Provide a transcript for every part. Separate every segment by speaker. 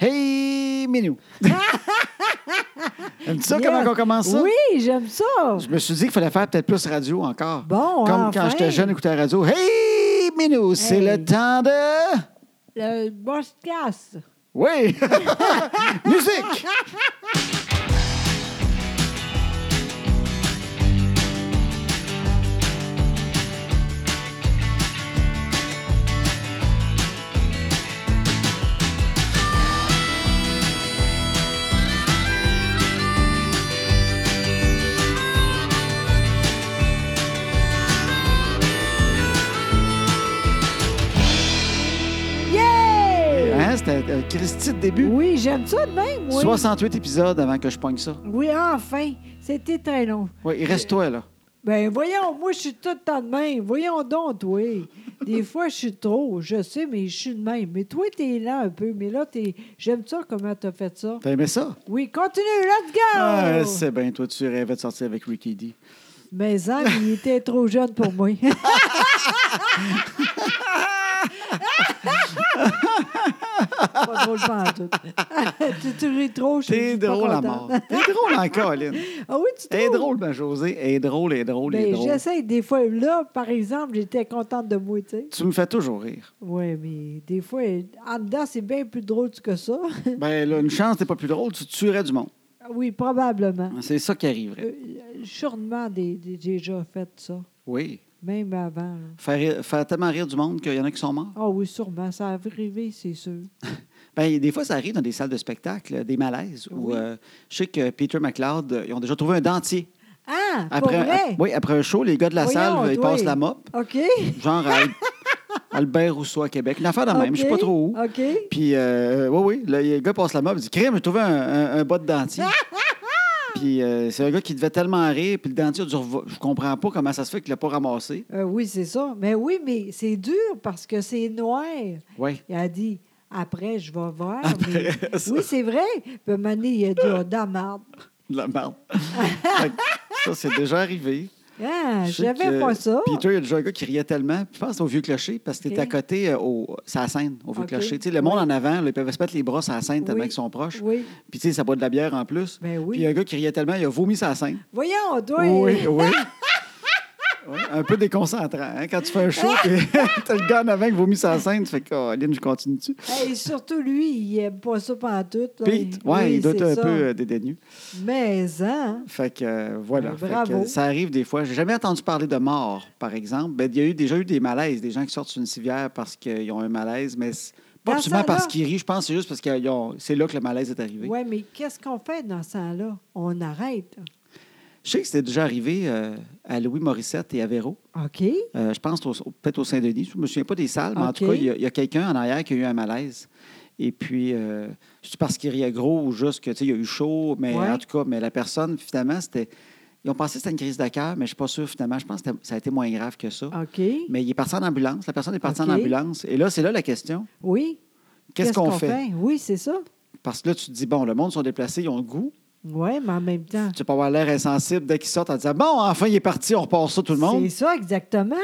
Speaker 1: Hey, Minou! Aimes-tu ça, comment on commence ça?
Speaker 2: Oui, j'aime ça.
Speaker 1: Je me suis dit qu'il fallait faire peut-être plus radio encore.
Speaker 2: Bon,
Speaker 1: Comme
Speaker 2: enfin.
Speaker 1: quand j'étais jeune, j'écoutais la radio. Hey, Minou, c'est
Speaker 2: Hey.
Speaker 1: le temps de.
Speaker 2: Le podcast.
Speaker 1: Oui! Musique!
Speaker 2: Yeah!
Speaker 1: Hein, C'était un Christy de début.
Speaker 2: Oui, j'aime ça de même, oui.
Speaker 1: 68 épisodes avant que je pogne ça.
Speaker 2: Oui, enfin. C'était très long.
Speaker 1: Oui, il reste toi, là.
Speaker 2: Ben voyons, moi, je suis tout le temps de même. Voyons donc, toi. Des fois, je suis trop, je sais, mais je suis de même. Mais toi, t'es là un peu. Mais là, t'es... j'aime ça comment t'as fait ça.
Speaker 1: T'as aimé ça?
Speaker 2: Oui, continue, let's go!
Speaker 1: Ah, c'est bien, toi, tu rêvais de sortir avec Ricky D.
Speaker 2: Mais Zan, il était trop jeune pour moi. pas drôle pas tout. tu, tu ris trop, je suis
Speaker 1: T'es
Speaker 2: pas
Speaker 1: drôle à
Speaker 2: contente.
Speaker 1: mort. T'es drôle en Colin.
Speaker 2: Ah oui, tu
Speaker 1: T'es
Speaker 2: trouves?
Speaker 1: drôle, ma Josée. Elle est drôle, elle est drôle, elle est
Speaker 2: Ben,
Speaker 1: drôle.
Speaker 2: J'essaie des fois. Là, par exemple, j'étais contente de moi, tu sais.
Speaker 1: Tu me fais toujours rire.
Speaker 2: Oui, mais des fois, en dedans, c'est bien plus drôle que ça.
Speaker 1: Ben là, une chance, t'es pas plus drôle, tu tuerais du monde.
Speaker 2: oui, probablement.
Speaker 1: C'est ça qui arriverait.
Speaker 2: Euh, sûrement, des, des- j'ai déjà fait ça,
Speaker 1: Oui.
Speaker 2: même avant. là.
Speaker 1: Faire, rire- faire tellement rire du monde qu'il y en a qui sont morts.
Speaker 2: Ah oui, sûrement, ça va arriver, c'est sûr.
Speaker 1: Ben, des fois, ça arrive dans des salles de spectacle, euh, des malaises. où,
Speaker 2: Oui.
Speaker 1: euh, je sais que Peter McLeod, euh, ils ont déjà trouvé un dentier.
Speaker 2: Ah, pour
Speaker 1: Après,
Speaker 2: vrai?
Speaker 1: ap- oui, après un show, les gars de la
Speaker 2: Voyons,
Speaker 1: salle, ils
Speaker 2: toi.
Speaker 1: passent la mop.
Speaker 2: OK.
Speaker 1: Genre à Albert Rousseau à Québec. Une affaire de même, je sais pas
Speaker 2: OK,
Speaker 1: trop où.
Speaker 2: OK.
Speaker 1: Puis, euh, oui, oui, là, le gars passe la mob, il dit Crème, j'ai trouvé un, un, un bas de dentier. puis, euh, c'est un gars qui devait tellement rire, puis le dentier a dû reva- Je comprends pas comment ça se fait qu'il l'a pas ramassé.
Speaker 2: Euh, oui, c'est ça. Mais oui, mais c'est dur parce que c'est noir.
Speaker 1: Oui.
Speaker 2: Il a dit, après, je vais voir.
Speaker 1: Après
Speaker 2: mais-
Speaker 1: ça.
Speaker 2: Oui, c'est vrai. Puis Mané, il a dit, oh, damarde.
Speaker 1: De la merde. Fait que ça, c'est déjà arrivé.
Speaker 2: Ah,
Speaker 1: Je sais
Speaker 2: j'avais
Speaker 1: que
Speaker 2: pas ça.
Speaker 1: Peter, il y a déjà un gars qui riait tellement. Puis je pense au vieux clocher, parce que
Speaker 2: OK.
Speaker 1: t'étais à côté, euh, au, ça scène, au vieux
Speaker 2: OK.
Speaker 1: clocher. Tu sais, le monde en avant, là, ils peuvent se mettre les bras à la scène tellement
Speaker 2: Oui.
Speaker 1: qu'ils sont proches.
Speaker 2: Oui.
Speaker 1: Puis, tu sais, ça boit de la bière en plus.
Speaker 2: Ben oui.
Speaker 1: Puis, il y a un gars qui riait tellement, il a vomi sa scène.
Speaker 2: Voyons, toi.
Speaker 1: Oui, oui. Ouais, un peu déconcentrant. hein, Quand tu fais un show, puis t'as le gars en avant qui vomit sa scène, tu fais que, oh, Lynn, je continue-tu?
Speaker 2: Hey, surtout lui, il aime pas ça pantoute. là.
Speaker 1: Pete, ouais,
Speaker 2: Ben Oui,
Speaker 1: il doit être
Speaker 2: c'est
Speaker 1: un
Speaker 2: ça.
Speaker 1: peu euh, dédaigneux.
Speaker 2: Mais, hein?
Speaker 1: Fait que, euh, voilà.
Speaker 2: Ben,
Speaker 1: Fait que,
Speaker 2: bravo.
Speaker 1: euh, ça arrive des fois. J'ai jamais entendu parler de mort, par exemple. Ben, il y a eu déjà eu des malaises, des gens qui sortent sur une civière parce qu'ils ont un malaise, mais c'est pas
Speaker 2: Dans
Speaker 1: absolument
Speaker 2: ça,
Speaker 1: parce
Speaker 2: là.
Speaker 1: qu'ils rient. Je pense que c'est juste parce que c'est là que le malaise est arrivé.
Speaker 2: Oui, mais qu'est-ce qu'on fait dans ce temps-là? On arrête.
Speaker 1: Je sais que c'était déjà arrivé euh, à Louis Morissette et à Véro.
Speaker 2: OK.
Speaker 1: Euh, je pense au- au- peut-être au Saint-Denis. Je ne me souviens pas des salles, mais en
Speaker 2: OK.
Speaker 1: tout cas, il y a, il y a quelqu'un en arrière qui a eu un malaise. Et puis, euh, c'est parce qu'il riait gros ou juste que, tu sais, il y a eu chaud, mais
Speaker 2: Ouais.
Speaker 1: en tout cas, mais la personne, finalement, c'était. Ils ont pensé que c'était une crise de cœur, mais je ne suis pas sûr, finalement. Je pense que c'était- ça a été moins grave que ça.
Speaker 2: OK.
Speaker 1: Mais il est parti en ambulance. La personne est partie en
Speaker 2: Ah. OK.
Speaker 1: ambulance. Et là, c'est là la question.
Speaker 2: Oui.
Speaker 1: Qu'est-ce qu'on fait?
Speaker 2: Oui, c'est ça.
Speaker 1: Parce que là, tu te dis, bon, le monde sont déplacés, ils ont le goût.
Speaker 2: Oui, mais en même temps.
Speaker 1: Tu peux pas avoir l'air insensible dès qu'ils sortent en disant, bon, enfin, il est parti, on repart ça, tout le monde.
Speaker 2: C'est ça, exactement.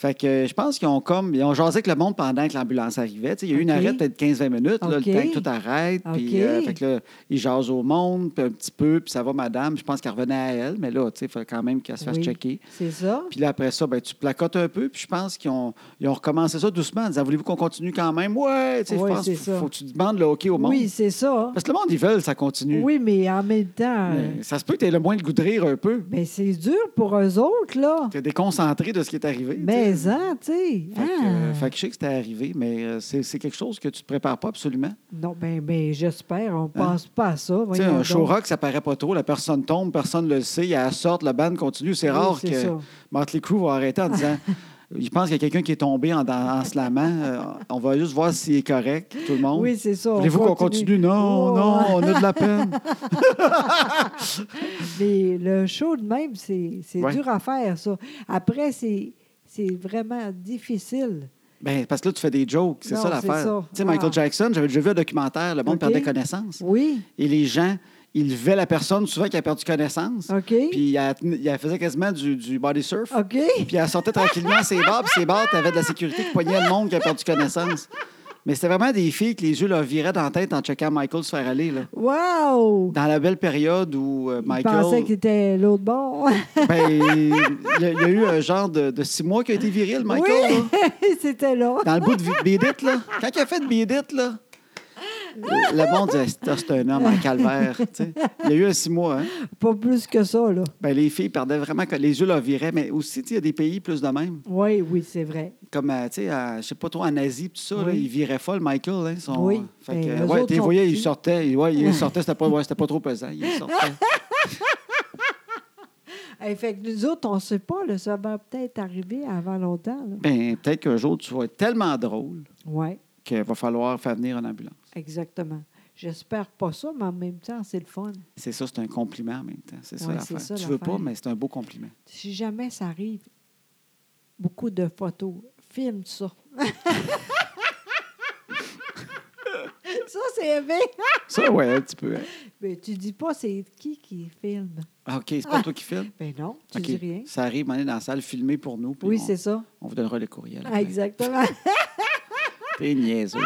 Speaker 1: Fait que euh, je pense qu'ils ont comme. Ils ont jasé avec le monde pendant que l'ambulance arrivait. Tu sais, il y a eu une
Speaker 2: OK.
Speaker 1: arrête peut-être 15-20 minutes, là, le
Speaker 2: OK.
Speaker 1: temps que tout arrête. Puis,
Speaker 2: OK.
Speaker 1: euh, fait que là, ils jasent au monde, puis un petit peu, puis ça va, madame. Je pense qu'elle revenait à elle, mais là, tu sais, il faut quand même qu'elle se fasse
Speaker 2: Oui,
Speaker 1: checker.
Speaker 2: C'est ça.
Speaker 1: Puis là, après ça, ben, tu placotes un peu, puis je pense qu'ils ont, ils ont recommencé ça doucement en disant Voulez-vous qu'on continue quand même Ouais, tu sais,
Speaker 2: Ouais,
Speaker 1: je pense
Speaker 2: c'est
Speaker 1: qu'il faut,
Speaker 2: ça.
Speaker 1: faut que tu demandes le OK au monde.
Speaker 2: Oui, c'est ça.
Speaker 1: Parce que le monde, ils veulent, ça continue.
Speaker 2: Oui, mais en même temps,
Speaker 1: Mais ça se peut que tu aies le moins le goût de rire un peu.
Speaker 2: ben, c'est dur pour eux autres, là.
Speaker 1: Tu es déconcentré de ce qui est arrivé. tu sais.
Speaker 2: Mais, hein, tu sais.
Speaker 1: Fait que,
Speaker 2: hein.
Speaker 1: euh, fait que je sais que c'était arrivé, mais euh, c'est c'est quelque chose que tu te prépares pas absolument.
Speaker 2: Non, ben, ben j'espère. On pense pas à ça.
Speaker 1: Hein? Tu sais,
Speaker 2: voyons
Speaker 1: un
Speaker 2: donc.
Speaker 1: show rock, ça paraît pas trop. La personne tombe, personne le sait, il y a la sorte, la bande continue. C'est
Speaker 2: Oui,
Speaker 1: rare
Speaker 2: c'est
Speaker 1: que
Speaker 2: ça.
Speaker 1: Motley Crue va arrêter en disant Je pense qu'il y a quelqu'un qui est tombé en, dans- en se lamant. Euh, on va juste voir s'il est correct, tout le monde.
Speaker 2: Oui, c'est ça. on
Speaker 1: Voulez-vous qu'on continue? Non,
Speaker 2: Oh,
Speaker 1: non,
Speaker 2: hein.
Speaker 1: on a de la peine.
Speaker 2: Mais le show de même, c'est c'est
Speaker 1: Ouais.
Speaker 2: dur à faire, ça. Après, c'est c'est vraiment difficile.
Speaker 1: Ben, parce que là, tu fais des jokes, c'est
Speaker 2: Non,
Speaker 1: ça
Speaker 2: c'est
Speaker 1: l'affaire.
Speaker 2: ça.
Speaker 1: Tu sais, Michael
Speaker 2: Ah.
Speaker 1: Jackson, j'avais déjà vu un documentaire, Le monde
Speaker 2: OK.
Speaker 1: perdait connaissance.
Speaker 2: Oui,
Speaker 1: Et les gens, ils levaient la personne souvent qui a perdu connaissance.
Speaker 2: OK.
Speaker 1: Puis elle, tenait- elle faisait quasiment du, du body surf.
Speaker 2: OK.
Speaker 1: Puis elle sortait tranquillement ses bars, puis ses bars, t'avais de la sécurité qui poignait le monde qui a perdu connaissance. Mais c'était vraiment des filles que les yeux leur viraient dans la tête en checkant Michael se faire aller. Là.
Speaker 2: Wow!
Speaker 1: Dans la belle période où euh,
Speaker 2: Il pensait
Speaker 1: Michael.
Speaker 2: qu'il était l'autre bord.
Speaker 1: ben, il, y a, il y a eu un genre de, de six mois qui a été viril, Michael. là.
Speaker 2: C'était là.
Speaker 1: Dans le bout de Vi- Bédit, là. Quand il a fait Bédit, là. Le le monde disait, c'est c'est un homme en calvaire. tu sais. Il y a eu un six mois. hein.
Speaker 2: Pas plus que ça, là.
Speaker 1: Ben, les filles perdaient vraiment, que les yeux leur viraient. Mais aussi, tu sais, il y a des pays plus de même.
Speaker 2: Oui, oui, c'est vrai.
Speaker 1: Comme, euh, tu sais, à- je sais pas trop, en Asie, tout ça, là,
Speaker 2: Oui.
Speaker 1: ils viraient folle, Michael. Hein, son-
Speaker 2: Oui.
Speaker 1: Fait
Speaker 2: Ben,
Speaker 1: que,
Speaker 2: eux
Speaker 1: ouais,
Speaker 2: autres
Speaker 1: tu les
Speaker 2: sont
Speaker 1: voyais, ils
Speaker 2: petits.
Speaker 1: sortaient. ils- Ouais, ils sortaient, c'était pas, ouais, c'était pas trop pesant. Ils sortaient.
Speaker 2: Ah. Eh, fait que nous autres, on ne sait pas, là, ça va peut-être arriver avant longtemps. là.
Speaker 1: ben, peut-être qu'un jour, tu vas être tellement drôle
Speaker 2: Oui,
Speaker 1: qu'il va falloir faire venir une ambulance.
Speaker 2: exactement. J'espère pas ça, mais en même temps, c'est le fun.
Speaker 1: C'est ça, c'est un compliment en même temps. C'est ça
Speaker 2: Ouais, c'est
Speaker 1: l'affaire.
Speaker 2: ça,
Speaker 1: tu veux pas,
Speaker 2: l'affaire.
Speaker 1: mais c'est un beau compliment.
Speaker 2: Si jamais ça arrive, beaucoup de photos. Filme ça. ça, c'est vrai.
Speaker 1: Ça, ouais, un petit peu. hein.
Speaker 2: Mais tu dis pas c'est qui qui filme.
Speaker 1: Ah, OK, c'est pas toi qui filme?
Speaker 2: Ben non, tu
Speaker 1: OK.
Speaker 2: dis rien.
Speaker 1: Ça arrive, on est dans la salle, filmé pour nous. puis
Speaker 2: Oui,
Speaker 1: on,
Speaker 2: c'est ça.
Speaker 1: on vous donnera le courriel.
Speaker 2: Ah, exactement.
Speaker 1: T'es niaiseuse.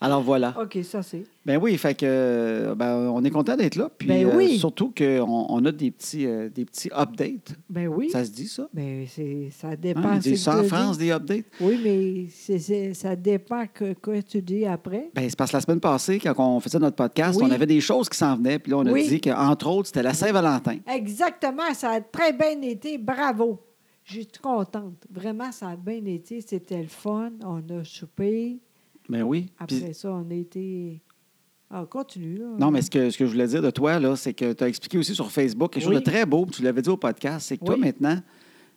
Speaker 1: Alors voilà.
Speaker 2: OK, ça c'est.
Speaker 1: Ben oui, fait que euh, ben, on est content d'être là. Puis
Speaker 2: Ben
Speaker 1: euh,
Speaker 2: oui.
Speaker 1: surtout qu'on on a des petits, euh, des petits updates.
Speaker 2: Ben oui.
Speaker 1: Ça se dit ça?
Speaker 2: Ben, c'est, ça
Speaker 1: Hein,
Speaker 2: dépend.
Speaker 1: ils
Speaker 2: c'est
Speaker 1: disent
Speaker 2: que
Speaker 1: ça en
Speaker 2: tu
Speaker 1: France,
Speaker 2: dis.
Speaker 1: des updates?
Speaker 2: Oui, mais c'est, c'est- ça dépend que, que tu dis après.
Speaker 1: Ben, c'est parce que la semaine passée, quand on faisait notre podcast,
Speaker 2: Oui.
Speaker 1: on avait des choses qui s'en venaient. Puis là, on a
Speaker 2: Oui.
Speaker 1: dit qu'entre autres, c'était la Saint-Valentin.
Speaker 2: Exactement, ça a très bien été. Bravo. Je suis contente. Vraiment, ça a bien été. C'était le fun. On a soupé.
Speaker 1: Ben oui. Puis-
Speaker 2: Après ça, on a été. Ah, continue, là.
Speaker 1: Non, mais ce que, ce que je voulais dire de toi, là, c'est que tu as expliqué aussi sur Facebook quelque chose
Speaker 2: Oui.
Speaker 1: de très beau, puis tu l'avais dit au podcast, c'est que toi,
Speaker 2: Oui.
Speaker 1: maintenant,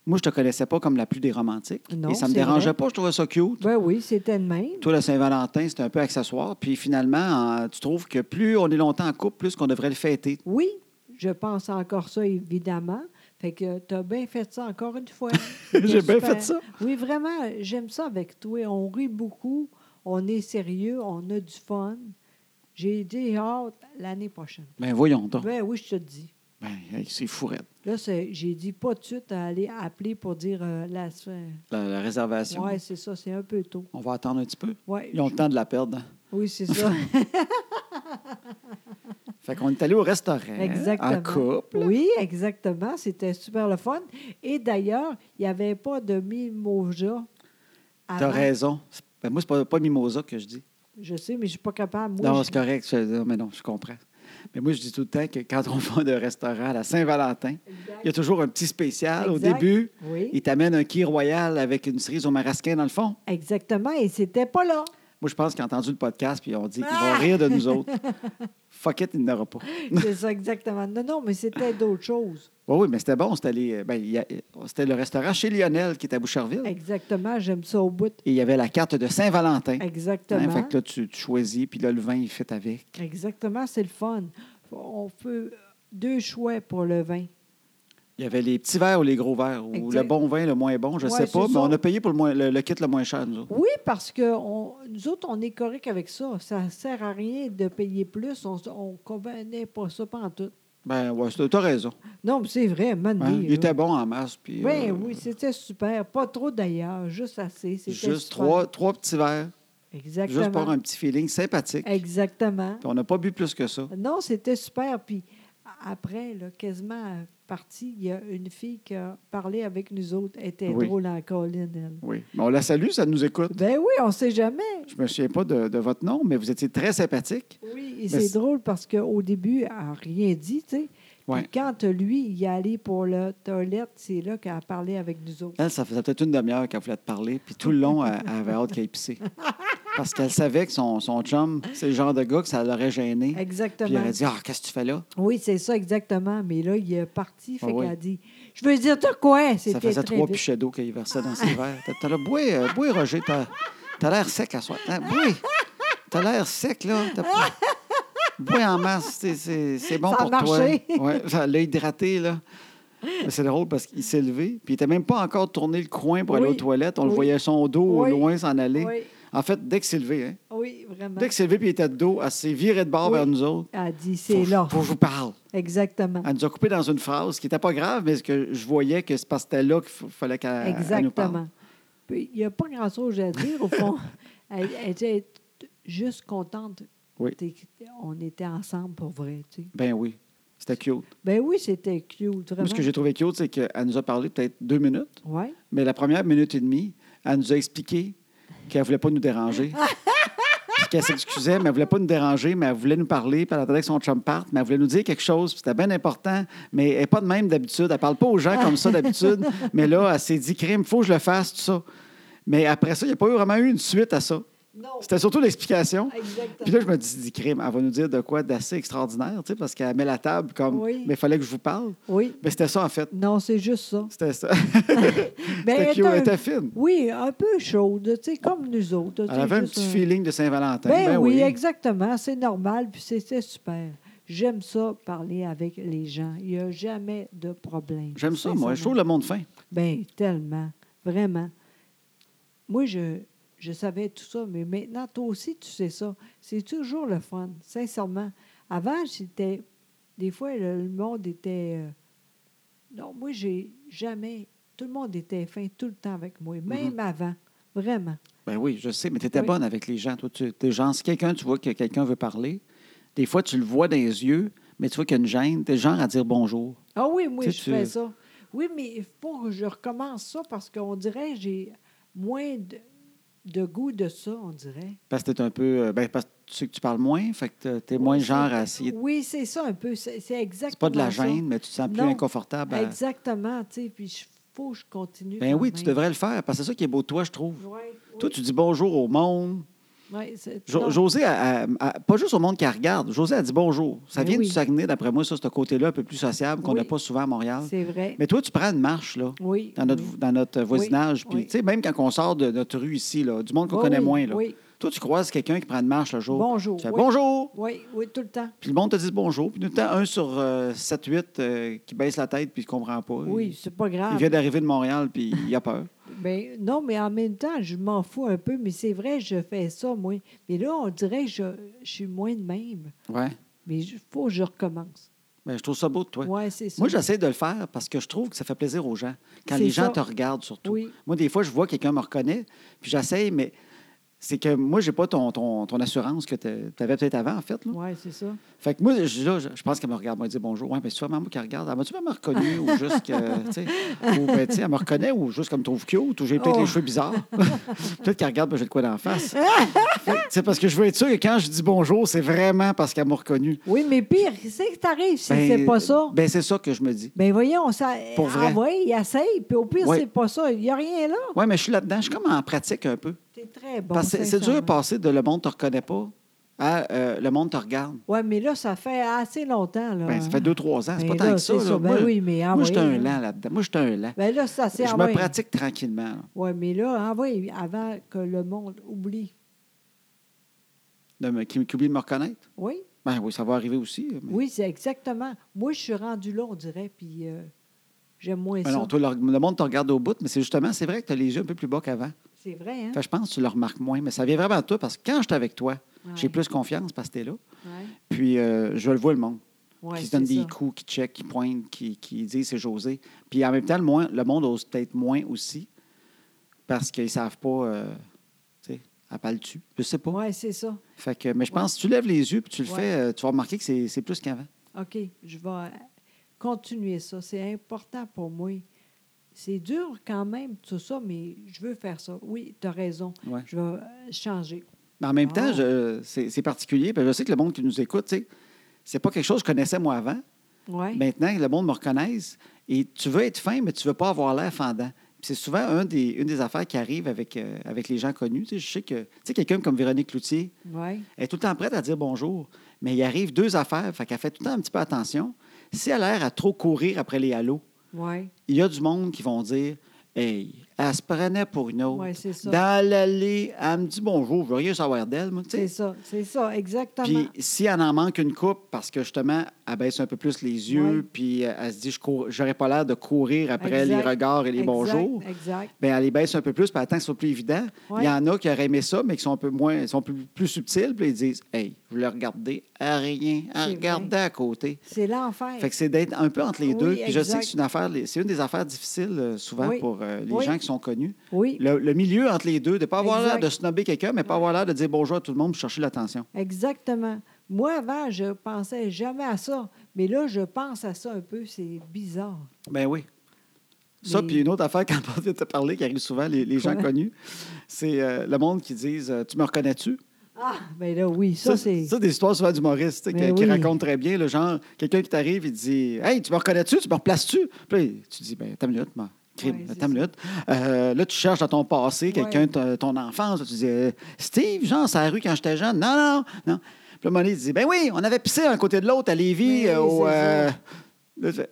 Speaker 1: moi, je te connaissais pas comme la plus des romantiques.
Speaker 2: Non,
Speaker 1: et ça me
Speaker 2: c'est
Speaker 1: dérangeait
Speaker 2: vrai.
Speaker 1: pas, je trouvais ça cute.
Speaker 2: Ben oui, c'était le même.
Speaker 1: Toi, la Saint-Valentin, c'est un peu accessoire. Puis finalement, euh, tu trouves que plus on est longtemps en couple, plus qu'on devrait le fêter.
Speaker 2: Oui, je pense encore ça, évidemment. Fait que tu as bien fait ça encore une fois.
Speaker 1: J'ai bien
Speaker 2: Super.
Speaker 1: fait ça.
Speaker 2: Oui, vraiment, j'aime ça avec toi. On rit beaucoup, on est sérieux, on a du fun. J'ai dit hâte l'année prochaine.
Speaker 1: Ben voyons donc.
Speaker 2: Ben oui, je te le dis.
Speaker 1: Ben, hey, c'est fourette,
Speaker 2: Là, c'est- j'ai dit pas tout de suite à aller appeler pour dire euh, la semaine.
Speaker 1: la, la réservation.
Speaker 2: Oui, c'est ça, c'est un peu tôt.
Speaker 1: On va attendre un petit peu.
Speaker 2: Ouais,
Speaker 1: Ils ont le temps de la perdre. hein.
Speaker 2: oui, c'est ça.
Speaker 1: Fait qu'on est allé au restaurant
Speaker 2: Exactement.
Speaker 1: en couple.
Speaker 2: Oui, exactement. C'était super le fun. Et d'ailleurs, il n'y avait pas de mimosa.
Speaker 1: T'as
Speaker 2: avant.
Speaker 1: raison. C'est- Ben, moi, c'est pas, pas mimosa que je dis.
Speaker 2: Je sais, mais je ne suis pas capable. Moi,
Speaker 1: Non,
Speaker 2: je-
Speaker 1: c'est correct. Je- non, mais non, je comprends. Mais moi, je dis tout le temps que quand on va d'un restaurant à la Saint-Valentin, il y a toujours un petit spécial. Au
Speaker 2: Exact.
Speaker 1: début,
Speaker 2: Oui,
Speaker 1: ils t'amènent un qui royal avec une cerise au marasquin dans le fond.
Speaker 2: exactement. Et c'était pas là.
Speaker 1: Moi, je pense qu'ils ont entendu le podcast puis ils ont dit ils
Speaker 2: Ah!
Speaker 1: vont rire de nous autres. Fuck it, il n'aura pas.
Speaker 2: C'est ça, exactement. Non, non, mais c'était d'autres choses.
Speaker 1: Oui, oui, mais c'était bon. C'était les- ben, il y a- c'était le restaurant chez Lionel qui était à Boucherville.
Speaker 2: Exactement. J'aime ça au bout.
Speaker 1: Et il y avait la carte de Saint-Valentin. Hein,
Speaker 2: Exactement.
Speaker 1: fait que là, tu, tu choisis, puis là, le vin, il fait avec.
Speaker 2: Exactement, c'est le fun. On peut deux choix pour le vin.
Speaker 1: Il y avait les petits verres ou les gros verres, ou
Speaker 2: Exact.
Speaker 1: le bon vin, le moins bon, je
Speaker 2: Ouais,
Speaker 1: sais pas,
Speaker 2: c'est
Speaker 1: mais
Speaker 2: ça.
Speaker 1: on a payé pour le, moins- le- le kit le moins cher, nous autres.
Speaker 2: Oui, parce que on- nous autres, on est correct avec ça. Ça ne sert à rien de payer plus. On ne connaît pas ça pantoute.
Speaker 1: Ben ouais, c'est- t'as raison.
Speaker 2: Non, mais c'est vrai,
Speaker 1: Hein,
Speaker 2: Mandy.
Speaker 1: Il était bon en masse. Puis,
Speaker 2: Ben
Speaker 1: euh,
Speaker 2: oui, c'était super. Pas trop d'ailleurs, juste assez. C'était
Speaker 1: Juste
Speaker 2: super.
Speaker 1: trois, trois petits verres,
Speaker 2: Exactement.
Speaker 1: juste pour un petit feeling sympathique.
Speaker 2: Exactement.
Speaker 1: Puis on n'a pas bu plus que ça.
Speaker 2: Non, c'était super. Puis a- après, là, quasiment parti, il y a une fille qui a parlé avec nous autres. Elle était
Speaker 1: Oui.
Speaker 2: drôle en colline, elle.
Speaker 1: Oui. Mais on la salue, ça nous écoute.
Speaker 2: Ben oui, on sait jamais.
Speaker 1: Je me souviens pas de, de votre nom, mais vous étiez très sympathique.
Speaker 2: Oui, et
Speaker 1: c'est-
Speaker 2: c'est drôle parce qu'au début, elle n'a rien dit, tu sais.
Speaker 1: Ouais.
Speaker 2: Puis quand lui, il est allé pour la toilette, c'est là qu'elle a parlé avec nous autres.
Speaker 1: Elle, ça faisait peut-être une demi-heure qu'elle voulait te parler, puis tout le long, elle, elle avait hâte qu'elle pisse. Parce qu'elle savait que son, son chum, c'est le genre de gars que ça l'aurait gêné. Puis elle
Speaker 2: Exactement.
Speaker 1: aurait dit Ah, qu'est-ce que tu fais là
Speaker 2: Oui, c'est ça, exactement. Mais là, il est parti, fait
Speaker 1: Ah oui.
Speaker 2: qu'elle a dit Je veux dire, de quoi
Speaker 1: Ça
Speaker 2: C'était
Speaker 1: faisait
Speaker 2: très
Speaker 1: trois
Speaker 2: vite. Ah.
Speaker 1: pichets d'eau qu'elle versait dans ses verres. T'as- T'as l'air, bois, euh, bois, Roger, t'as t'as l'air sec à soi. Hein, Bois, t'as l'air sec, là. T'as pas- Bois en masse, c'est- c'est c'est bon
Speaker 2: Ça a
Speaker 1: pour
Speaker 2: marché.
Speaker 1: toi. Ouais, ça l'a hydraté, là. Mais C'est drôle parce qu'il s'est levé, puis il n'était même pas encore tourné le coin pour aller
Speaker 2: Oui.
Speaker 1: aux toilettes. On le
Speaker 2: Oui.
Speaker 1: voyait son dos
Speaker 2: Oui.
Speaker 1: au loin s'en aller.
Speaker 2: Oui,
Speaker 1: En fait, dès que s'est levé, hein,
Speaker 2: oui, vraiment.
Speaker 1: dès que s'est levé, puis il était de dos, elle s'est virée de bord
Speaker 2: Oui.
Speaker 1: vers nous autres.
Speaker 2: Elle a dit
Speaker 1: Faut
Speaker 2: C'est
Speaker 1: que-
Speaker 2: là.
Speaker 1: Faut que je vous parle.
Speaker 2: Exactement.
Speaker 1: Elle nous a coupé dans une phrase qui n'était pas grave, mais ce que je voyais que c'est parce que c'était là qu'il f- fallait qu'elle elle nous parle.
Speaker 2: Exactement. Puis, Il n'y a pas grand-chose à dire, au fond. Elle, elle était juste contente.
Speaker 1: Oui.
Speaker 2: T'es- On était ensemble pour vrai, tu sais.
Speaker 1: Ben oui. C'était cute.
Speaker 2: Ben oui, c'était cute,
Speaker 1: Moi,
Speaker 2: vraiment.
Speaker 1: ce que j'ai trouvé cute, c'est qu'elle nous a parlé peut-être deux minutes,
Speaker 2: Ouais.
Speaker 1: mais la première minute et demie, elle nous a expliqué qu'elle ne voulait pas nous déranger. Puis qu'elle s'excusait, mais elle ne voulait pas nous déranger, mais elle voulait nous parler, puis elle attendait que son chum parte, mais elle voulait nous dire quelque chose, puis c'était bien important, mais elle n'est pas de même d'habitude. Elle ne parle pas aux gens comme ça d'habitude, mais là, elle s'est dit, crime, il faut que je le fasse, tout ça. Mais après ça, il n'y a pas eu vraiment eu une suite à ça.
Speaker 2: Non.
Speaker 1: C'était surtout l'explication.
Speaker 2: Exactement.
Speaker 1: Puis là, je me dis, dis, crime, elle va nous dire de quoi d'assez extraordinaire, tu sais, parce qu'elle met la table comme,
Speaker 2: Oui.
Speaker 1: mais il fallait que je vous parle.
Speaker 2: Oui.
Speaker 1: Mais c'était ça, en fait.
Speaker 2: Non, c'est juste ça.
Speaker 1: C'était ça.
Speaker 2: Ben,
Speaker 1: C'était
Speaker 2: elle
Speaker 1: cute.
Speaker 2: était un-
Speaker 1: Elle était fine.
Speaker 2: Oui, un peu chaude, tu sais, comme nous autres. tu
Speaker 1: Elle
Speaker 2: sais,
Speaker 1: avait un
Speaker 2: juste
Speaker 1: petit feeling de Saint-Valentin.
Speaker 2: Ben, oui, exactement. C'est normal, puis c'était super. J'aime ça, parler avec les gens. Il n'y a jamais de problème.
Speaker 1: J'aime ça, moi. Je trouve
Speaker 2: sincèrement.
Speaker 1: le monde fin.
Speaker 2: Ben, tellement. Vraiment. Moi, je, je savais tout ça, mais maintenant, toi aussi, tu sais ça. C'est toujours le fun, sincèrement. Avant, c'était. Des fois, le, le monde était. euh, Non, moi, j'ai jamais. Tout le monde était fin tout le temps avec
Speaker 1: Mhm.
Speaker 2: moi, même avant. Vraiment.
Speaker 1: Ben oui, je sais, mais tu étais
Speaker 2: Oui.
Speaker 1: bonne avec les gens. Toi, tu t'es genre, si quelqu'un, tu vois que quelqu'un veut parler, des fois, tu le vois dans les yeux, mais tu vois qu'il y a une gêne. T'es genre à dire bonjour.
Speaker 2: Ah oui, moi,
Speaker 1: Tu
Speaker 2: je
Speaker 1: sais, tu-
Speaker 2: fais ça. Oui, mais il faut que je recommence ça parce qu'on dirait que j'ai moins de, de goût de ça, on dirait.
Speaker 1: Parce que t'es un peu. euh, Ben, parce que tu sais que tu parles moins, fait que t'es- t'es moins
Speaker 2: Oui,
Speaker 1: genre
Speaker 2: c'est-
Speaker 1: à essayer.
Speaker 2: Oui, c'est ça un peu. C'est c'est exactement.
Speaker 1: C'est pas de la
Speaker 2: ça.
Speaker 1: gêne, mais tu te sens plus
Speaker 2: Non.
Speaker 1: inconfortable. à-
Speaker 2: Exactement, tu sais, puis il faut que je continue.
Speaker 1: Ben
Speaker 2: quand
Speaker 1: oui, tu
Speaker 2: même.
Speaker 1: devrais le faire, parce que c'est ça qui est beau de toi, je trouve.
Speaker 2: Ouais, oui.
Speaker 1: Toi, tu dis bonjour au monde.
Speaker 2: Ouais, c'est-
Speaker 1: Jo-
Speaker 2: non.
Speaker 1: José, a- a- a- pas juste au monde qui la regarde, José a dit bonjour. Ça
Speaker 2: Ben
Speaker 1: vient
Speaker 2: oui.
Speaker 1: du Saguenay, d'après moi, ça, ce côté-là, un peu plus sociable qu'on n'a
Speaker 2: Oui.
Speaker 1: pas souvent à Montréal.
Speaker 2: C'est vrai.
Speaker 1: hein. Mais toi, tu prends une marche, là,
Speaker 2: Oui.
Speaker 1: dans notre,
Speaker 2: oui.
Speaker 1: dans notre voisinage. Puis,
Speaker 2: oui.
Speaker 1: tu sais, même quand on sort de notre rue ici, là, du monde qu'on
Speaker 2: Oui,
Speaker 1: connaît
Speaker 2: oui,
Speaker 1: moins, là.
Speaker 2: Oui,
Speaker 1: Toi, tu croises quelqu'un qui prend une marche le jour.
Speaker 2: Bonjour,
Speaker 1: Tu fais
Speaker 2: oui.
Speaker 1: bonjour.
Speaker 2: oui, oui, tout le temps.
Speaker 1: Puis le monde te dit bonjour. Puis nous, t'as un sur euh, 7-8 euh, qui baisse la tête puis qui comprend pas.
Speaker 2: Oui, c'est pas
Speaker 1: Il, il
Speaker 2: grave.
Speaker 1: vient d'arriver de Montréal puis il a peur.
Speaker 2: Ben, non, mais en même temps, je m'en fous un peu, mais c'est vrai, je fais ça, moi. Mais là, on dirait que je, je suis moins de même.
Speaker 1: Ouais.
Speaker 2: Mais il faut que je recommence.
Speaker 1: Ben, je trouve ça beau de toi.
Speaker 2: Oui, c'est ça.
Speaker 1: Moi, j'essaie de le faire parce que je trouve que ça fait plaisir aux gens. Quand
Speaker 2: C'est
Speaker 1: les gens
Speaker 2: ça.
Speaker 1: te regardent, surtout.
Speaker 2: Oui.
Speaker 1: Moi, des fois, je vois quelqu'un me reconnaît, puis j'essaie, mais c'est que moi, j'ai pas ton, ton, ton assurance que tu avais peut-être avant, en fait. là.
Speaker 2: Oui, c'est ça.
Speaker 1: Fait que moi, je, là, je- je pense qu'elle me regarde, moi, elle dit bonjour. Ouais, mais c'est sûrement moi qui regarde. Elle m'a-tu vraiment reconnu ou juste que. tu sais, ou, ben, tu sais, elle me reconnaît ou juste comme me trouve cute ou j'ai peut-être
Speaker 2: Oh.
Speaker 1: les cheveux bizarres. peut-être qu'elle regarde, ben, j'ai de quoi d'en face. Fait que, c'est parce que je veux être sûr que quand je dis bonjour, c'est vraiment parce qu'elle m'a reconnu.
Speaker 2: Oui, mais pire, c'est que t'arrives si c'est pas ça.
Speaker 1: Ben, c'est ça que je me dis.
Speaker 2: Ben voyons, ça.
Speaker 1: Pour vrai.
Speaker 2: Ah ouais, il essaye, puis au pire,
Speaker 1: Ouais.
Speaker 2: c'est pas ça. Il n'y a rien là.
Speaker 1: Oui, mais je suis là-dedans. Je suis comme en pratique un peu.
Speaker 2: T'es très bon.
Speaker 1: Parce que c'est- c'est dur de
Speaker 2: sincèrement.
Speaker 1: passer de le monde ne te reconnaît pas à euh, le monde te regarde.
Speaker 2: Ouais, mais là, ça fait assez longtemps. Là,
Speaker 1: Ben, ça fait deux, trois ans. C'est pas
Speaker 2: Ben
Speaker 1: tant
Speaker 2: là,
Speaker 1: que ça.
Speaker 2: c'est
Speaker 1: là.
Speaker 2: ça. Ben
Speaker 1: moi,
Speaker 2: oui, mais
Speaker 1: moi, j'étais un
Speaker 2: envoyez, là.
Speaker 1: lent là-dedans. Moi, j'étais un lent.
Speaker 2: Ben là, ça sert
Speaker 1: je
Speaker 2: à
Speaker 1: me
Speaker 2: rien.
Speaker 1: pratique tranquillement. là.
Speaker 2: Ouais, mais là, envoyez avant que le monde oublie.
Speaker 1: De me- Qui, qui oublie de me reconnaître.
Speaker 2: Oui,
Speaker 1: Ben oui, ça va arriver aussi. mais-
Speaker 2: oui, c'est exactement. Moi, je suis rendu là, on dirait, puis euh, j'aime moins
Speaker 1: Ben
Speaker 2: ça.
Speaker 1: non, toi, le, le monde te regarde au bout, mais c'est justement, c'est vrai que tu as les yeux un peu plus bas qu'avant.
Speaker 2: C'est vrai, hein?
Speaker 1: Fait que je pense que tu le remarques moins, mais ça vient vraiment de toi parce que quand je suis avec toi, j'ai
Speaker 2: Ouais.
Speaker 1: plus confiance parce que tu es là.
Speaker 2: Ouais.
Speaker 1: Puis euh, je le vois le monde.
Speaker 2: Ouais,
Speaker 1: qui se donnent
Speaker 2: c'est
Speaker 1: des
Speaker 2: ça.
Speaker 1: coups, qui checkent, qui pointent, qui, qui disent c'est José. Puis en même temps, le, moins- le monde ose peut-être moins aussi parce qu'ils ne savent pas, euh, tu sais, à pas le tu Je sais pas.
Speaker 2: Ouais, c'est ça.
Speaker 1: Fait que, mais je pense que si tu lèves les yeux puis tu le
Speaker 2: Ouais.
Speaker 1: fais, euh, tu vas remarquer que c'est c'est plus qu'avant.
Speaker 2: OK, je vais euh, continuer ça. C'est important pour moi. C'est dur quand même, tout ça, mais je veux faire ça. Oui, tu as raison.
Speaker 1: Ouais.
Speaker 2: Je vais euh, changer.
Speaker 1: Mais en même
Speaker 2: Ah.
Speaker 1: temps, je- c'est c'est particulier. Puis je sais que le monde qui nous écoute, tu sais, c'est pas quelque chose que je connaissais moi avant.
Speaker 2: Oui.
Speaker 1: Maintenant, le monde me reconnaisse. Et tu veux être fin, mais tu veux pas avoir l'air fendant. Puis C'est souvent un des, une des affaires qui arrive avec, euh, avec les gens connus. Tu sais, je sais que tu sais, quelqu'un comme Véronique Cloutier,
Speaker 2: oui.
Speaker 1: Elle est tout le temps prête à dire bonjour, mais il arrive deux affaires, fait qu'elle fait tout le temps un petit peu attention. Si elle a l'air à trop courir après les halos,
Speaker 2: Oui.
Speaker 1: il y a du monde qui vont dire Hey, elle se prenait pour une autre.
Speaker 2: Ouais, c'est ça.
Speaker 1: Dans l'allée, elle me dit bonjour, je veux rien savoir d'elle, moi, tu
Speaker 2: C'est
Speaker 1: sais.
Speaker 2: ça, c'est ça, exactement.
Speaker 1: Puis si elle en manque une coupe, parce que justement, elle baisse un peu plus les yeux,
Speaker 2: Ouais.
Speaker 1: puis euh, elle se dit Je cours- j'aurais pas l'air de courir après
Speaker 2: Exact.
Speaker 1: les regards et les
Speaker 2: Exact,
Speaker 1: bonjours.
Speaker 2: Exact.
Speaker 1: Bien, ben, elle les baisse un peu plus, puis attend que ce soit plus évident.
Speaker 2: Ouais.
Speaker 1: Il y en a qui auraient aimé ça, mais qui sont un peu moins, sont plus, plus subtils, puis ils disent Hey, je voulais regarder à rien, à
Speaker 2: C'est
Speaker 1: regarder
Speaker 2: vrai.
Speaker 1: à côté.
Speaker 2: C'est l'enfer.
Speaker 1: Fait que c'est d'être un peu entre les
Speaker 2: Oui,
Speaker 1: deux. Puis je sais
Speaker 2: exact.
Speaker 1: que c'est une affaire, c'est une des affaires difficiles euh, souvent
Speaker 2: Oui.
Speaker 1: pour euh, les
Speaker 2: Oui.
Speaker 1: gens qui sont connus.
Speaker 2: Oui,
Speaker 1: Le, le milieu entre les deux, de ne pas avoir
Speaker 2: Exact.
Speaker 1: l'air de snobber quelqu'un, mais pas avoir l'air de dire bonjour à tout le monde pour chercher l'attention.
Speaker 2: exactement. Moi, avant, je pensais jamais à ça. Mais là, je pense à ça un peu. C'est bizarre.
Speaker 1: Ben oui. Ça,
Speaker 2: Mais-
Speaker 1: puis une autre affaire quand on vient de te parler, qui arrive souvent, les, les gens
Speaker 2: Quoi?
Speaker 1: connus, c'est euh, le monde qui disent euh, Tu me reconnais-tu
Speaker 2: Ah, bien là, oui, ça, c'est...
Speaker 1: des histoires souvent d'humoristes tu sais,
Speaker 2: Mais
Speaker 1: qui, qui
Speaker 2: oui.
Speaker 1: racontent très bien. Le genre, quelqu'un qui t'arrive, il dit Hey, tu me reconnais-tu Tu me replaces-tu Puis là, tu dis Ben, t'as une minute, moi. Crime,
Speaker 2: Ouais, c'est
Speaker 1: attends une
Speaker 2: ça.
Speaker 1: minute. Euh, là, tu cherches dans ton passé quelqu'un de ton- ton enfance. là, tu dis Euh, Steve, genre, c'est la rue quand j'étais jeune. Non, non, non. Puis là, à un moment donné, il dit Ben oui, on avait pissé un côté de l'autre à Lévis.
Speaker 2: Ben Oui,
Speaker 1: euh, au,
Speaker 2: c'est ça.
Speaker 1: euh, là, tu fais,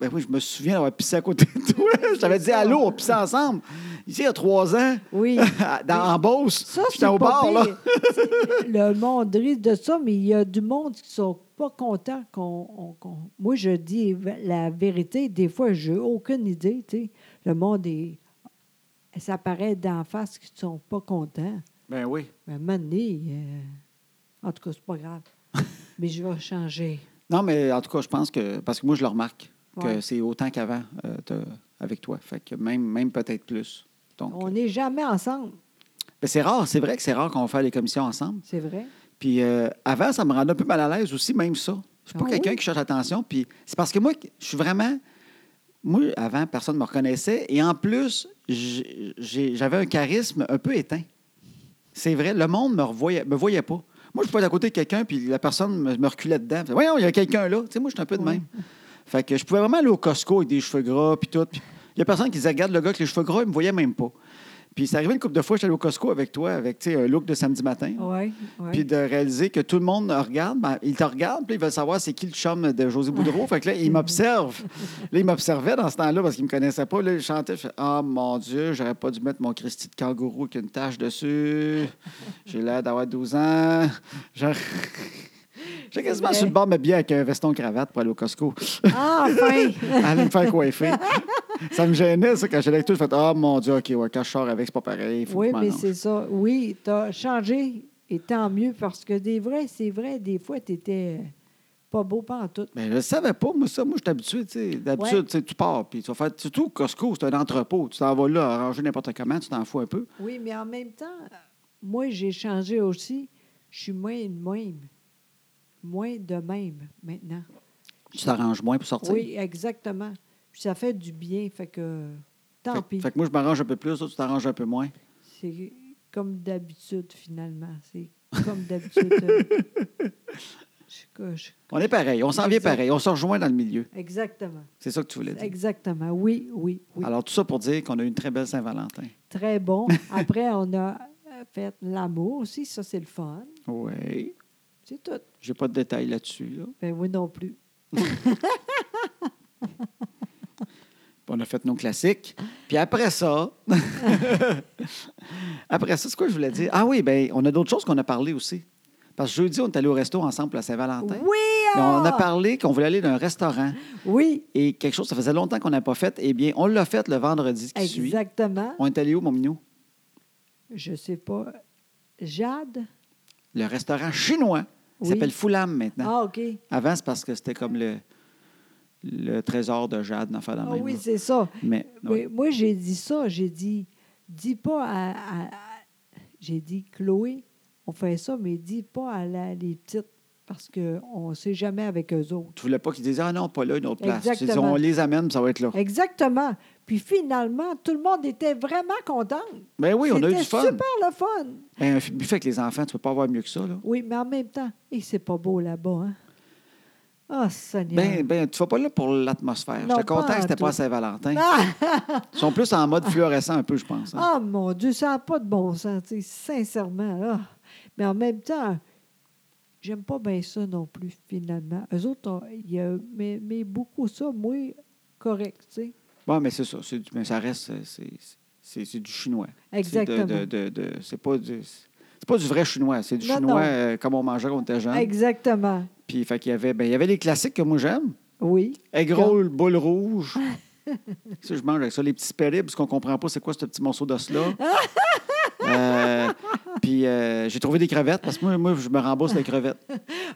Speaker 1: ben oui, je me souviens d'avoir pissé à côté de toi. Je t'avais dit
Speaker 2: ça.
Speaker 1: Allô, on pissait ensemble. Ici, il y a trois ans,
Speaker 2: Oui.
Speaker 1: dans, en Beauce.
Speaker 2: Ça, c'est
Speaker 1: J'étais au
Speaker 2: pas
Speaker 1: bar, là.
Speaker 2: pire. C'est- Le monde rit de ça, mais il y a du monde qui sont pas contents qu'on... on- qu'on- Moi, je dis la vérité. Des fois, j'ai aucune idée, tu sais. Le monde est... Ça paraît d'en face qu'ils sont pas contents.
Speaker 1: Ben oui.
Speaker 2: Mais à un moment donné, euh, en tout cas, c'est pas grave. mais je vais changer.
Speaker 1: Non, mais en tout cas, je pense que. Parce que moi, je le remarque, que
Speaker 2: Ouais.
Speaker 1: c'est autant qu'avant euh, t'as- avec toi. Fait que même, même peut-être plus. Donc,
Speaker 2: On
Speaker 1: euh,
Speaker 2: n'est jamais ensemble,
Speaker 1: ben, c'est rare, c'est vrai que c'est rare qu'on fasse les commissions ensemble.
Speaker 2: c'est vrai.
Speaker 1: Puis euh, avant, ça me rendait un peu mal à l'aise aussi, même ça. Je suis pas
Speaker 2: Ah
Speaker 1: quelqu'un
Speaker 2: oui?
Speaker 1: qui cherche l'attention. Puis c'est parce que moi, je suis vraiment. Moi, avant, personne ne me reconnaissait. Et en plus, j'ai- j'ai- j'avais un charisme un peu éteint. C'est vrai, le monde me revoyait, me voyait pas. Moi, je pouvais être à côté de quelqu'un, puis la personne me, me reculait dedans. Faisait, Voyons, il y a quelqu'un là. Tu sais, moi, je suis un peu de
Speaker 2: Ouais.
Speaker 1: même. Fait que je pouvais vraiment aller au Costco avec des cheveux gras, puis tout. Puis il y a personne qui disait, regarde le gars avec les cheveux gras, il me voyait même pas. Puis c'est arrivé une couple de fois, j'étais allé au Costco avec toi, avec tu sais, un look de samedi matin.
Speaker 2: Oui,
Speaker 1: Puis
Speaker 2: oui.
Speaker 1: de réaliser que tout le monde regarde, ben, il te regarde, puis il veut savoir c'est qui le chum de José Boudreau. fait que là, il m'observe. Là, il m'observait dans ce temps-là parce qu'il me connaissait pas. Là, il chantait. Je fais Ah mon Dieu, j'aurais pas dû mettre mon Christy de kangourou avec une tache dessus. J'ai l'air d'avoir 12 ans. Genre- J'ai quasiment
Speaker 2: vrai.
Speaker 1: sur le bord de m'habiller avec un veston-cravate pour aller au Costco.
Speaker 2: Ah, Enfin!
Speaker 1: aller me faire coiffer. ça me gênait, ça, quand j'étais avec toi. Je fais Ah mon Dieu, OK, ouais, quand je sors avec, c'est pas pareil. Faut que
Speaker 2: Oui,
Speaker 1: je m'en
Speaker 2: mais
Speaker 1: lance.
Speaker 2: c'est ça. Oui, tu as changé et tant mieux parce que des vrais, c'est vrai, des fois, tu étais pas beau pantoute.
Speaker 1: Mais Ben, je ne savais pas, moi, ça. Moi, je suis habitué, tu sais. D'habitude,
Speaker 2: Ouais.
Speaker 1: tu sais, tu pars, puis tu vas faire. Surtout Costco, c'est un entrepôt. Tu t'en vas là, arranger n'importe comment, tu t'en fous un peu.
Speaker 2: Oui, mais en même temps, euh, moi, j'ai changé aussi. Je suis moins de même. Moins de même maintenant.
Speaker 1: Tu t'arranges moins pour sortir.
Speaker 2: Oui, exactement. Puis ça fait du bien, fait que tant
Speaker 1: Fait,
Speaker 2: pis.
Speaker 1: fait que moi, je m'arrange un peu plus, toi, tu t'arranges un peu moins.
Speaker 2: C'est comme d'habitude, finalement. C'est comme d'habitude. euh, je- je-
Speaker 1: On est pareil, on s'en vient
Speaker 2: Exact.
Speaker 1: pareil, on se rejoint dans le milieu.
Speaker 2: Exactement.
Speaker 1: C'est ça que tu voulais dire.
Speaker 2: Exactement. Oui, oui, oui.
Speaker 1: Alors, tout ça pour dire qu'on a eu une très belle Saint-Valentin.
Speaker 2: Très bon. Après, on a euh, fait l'amour aussi. Ça, c'est le fun.
Speaker 1: Oui.
Speaker 2: C'est tout.
Speaker 1: J'ai pas de détails là-dessus. là.
Speaker 2: Ben oui, non plus.
Speaker 1: Puis On a fait nos classiques. Puis après ça, après ça, c'est quoi que je voulais dire? Ah oui, ben on a d'autres choses qu'on a parlé aussi. Parce que jeudi, on est allé au resto ensemble à Saint-Valentin.
Speaker 2: Oui!
Speaker 1: Mais on a
Speaker 2: ah!
Speaker 1: parlé qu'on voulait aller d'un restaurant
Speaker 2: Oui,
Speaker 1: et quelque chose, ça faisait longtemps qu'on n'a pas fait. Eh bien, on l'a fait le vendredi qui suit.
Speaker 2: exactement.
Speaker 1: On est allé où, mon minou?
Speaker 2: Je sais pas. Jade?
Speaker 1: Le restaurant chinois. Il
Speaker 2: Oui.
Speaker 1: s'appelle Foulam maintenant.
Speaker 2: Ah, OK.
Speaker 1: Avant, c'est parce que c'était comme le, le trésor de Jade, dans faire la
Speaker 2: Ah
Speaker 1: même.
Speaker 2: oui,
Speaker 1: là.
Speaker 2: c'est ça.
Speaker 1: Mais
Speaker 2: Mais Moi, j'ai dit ça. J'ai dit, dis pas à. à- à- j'ai dit, Chloé, on fait ça, mais dis pas à la- les petites parce qu'on ne sait jamais avec eux autres.
Speaker 1: tu voulais pas qu'ils disent Ah non, pas là, une autre place. Tu dis,
Speaker 2: Exactement.
Speaker 1: on les amène, puis ça va être là.
Speaker 2: Exactement. Puis finalement, tout le monde était vraiment content.
Speaker 1: Ben oui, on a eu du
Speaker 2: C'était
Speaker 1: fun.
Speaker 2: super le fun.
Speaker 1: Ben, un buffet avec les enfants, tu peux pas avoir mieux que ça. Là.
Speaker 2: Oui, mais en même temps, et c'est pas beau là-bas, hein? Ah, Seigneur.
Speaker 1: Ben, ben, tu vas pas là pour l'atmosphère.
Speaker 2: Non,
Speaker 1: J'étais content
Speaker 2: pas
Speaker 1: que c'était
Speaker 2: en
Speaker 1: pas à
Speaker 2: tout.
Speaker 1: Saint-Valentin.
Speaker 2: ah,
Speaker 1: Ils sont plus en mode fluorescent un peu, je pense. hein.
Speaker 2: ah, mon Dieu, ça n'a pas de bon sens, tu sais, sincèrement. Là. Mais en même temps, j'aime pas bien ça non plus, finalement. Eux autres, ont- il y a, mais, mais beaucoup ça, moi, correct, tu sais.
Speaker 1: Bon, mais c'est ça. c'est du- mais ça reste, euh, c'est- c'est c'est du chinois. C'est de-
Speaker 2: Exactement.
Speaker 1: de- de- de- C'est pas du. C'est pas du vrai chinois, c'est du
Speaker 2: Non,
Speaker 1: chinois
Speaker 2: non.
Speaker 1: euh, comme on mangeait quand on était jeune.
Speaker 2: Exactement.
Speaker 1: Puis fait qu'il y avait ben, il y avait les classiques que moi j'aime.
Speaker 2: Oui.
Speaker 1: Egg roll, boule rouge. ça, je mange avec ça les petits péribs parce qu'on comprend pas c'est quoi ce petit morceau d'os là. Euh, puis euh, j'ai trouvé des crevettes parce que moi, moi je me rembourse les crevettes.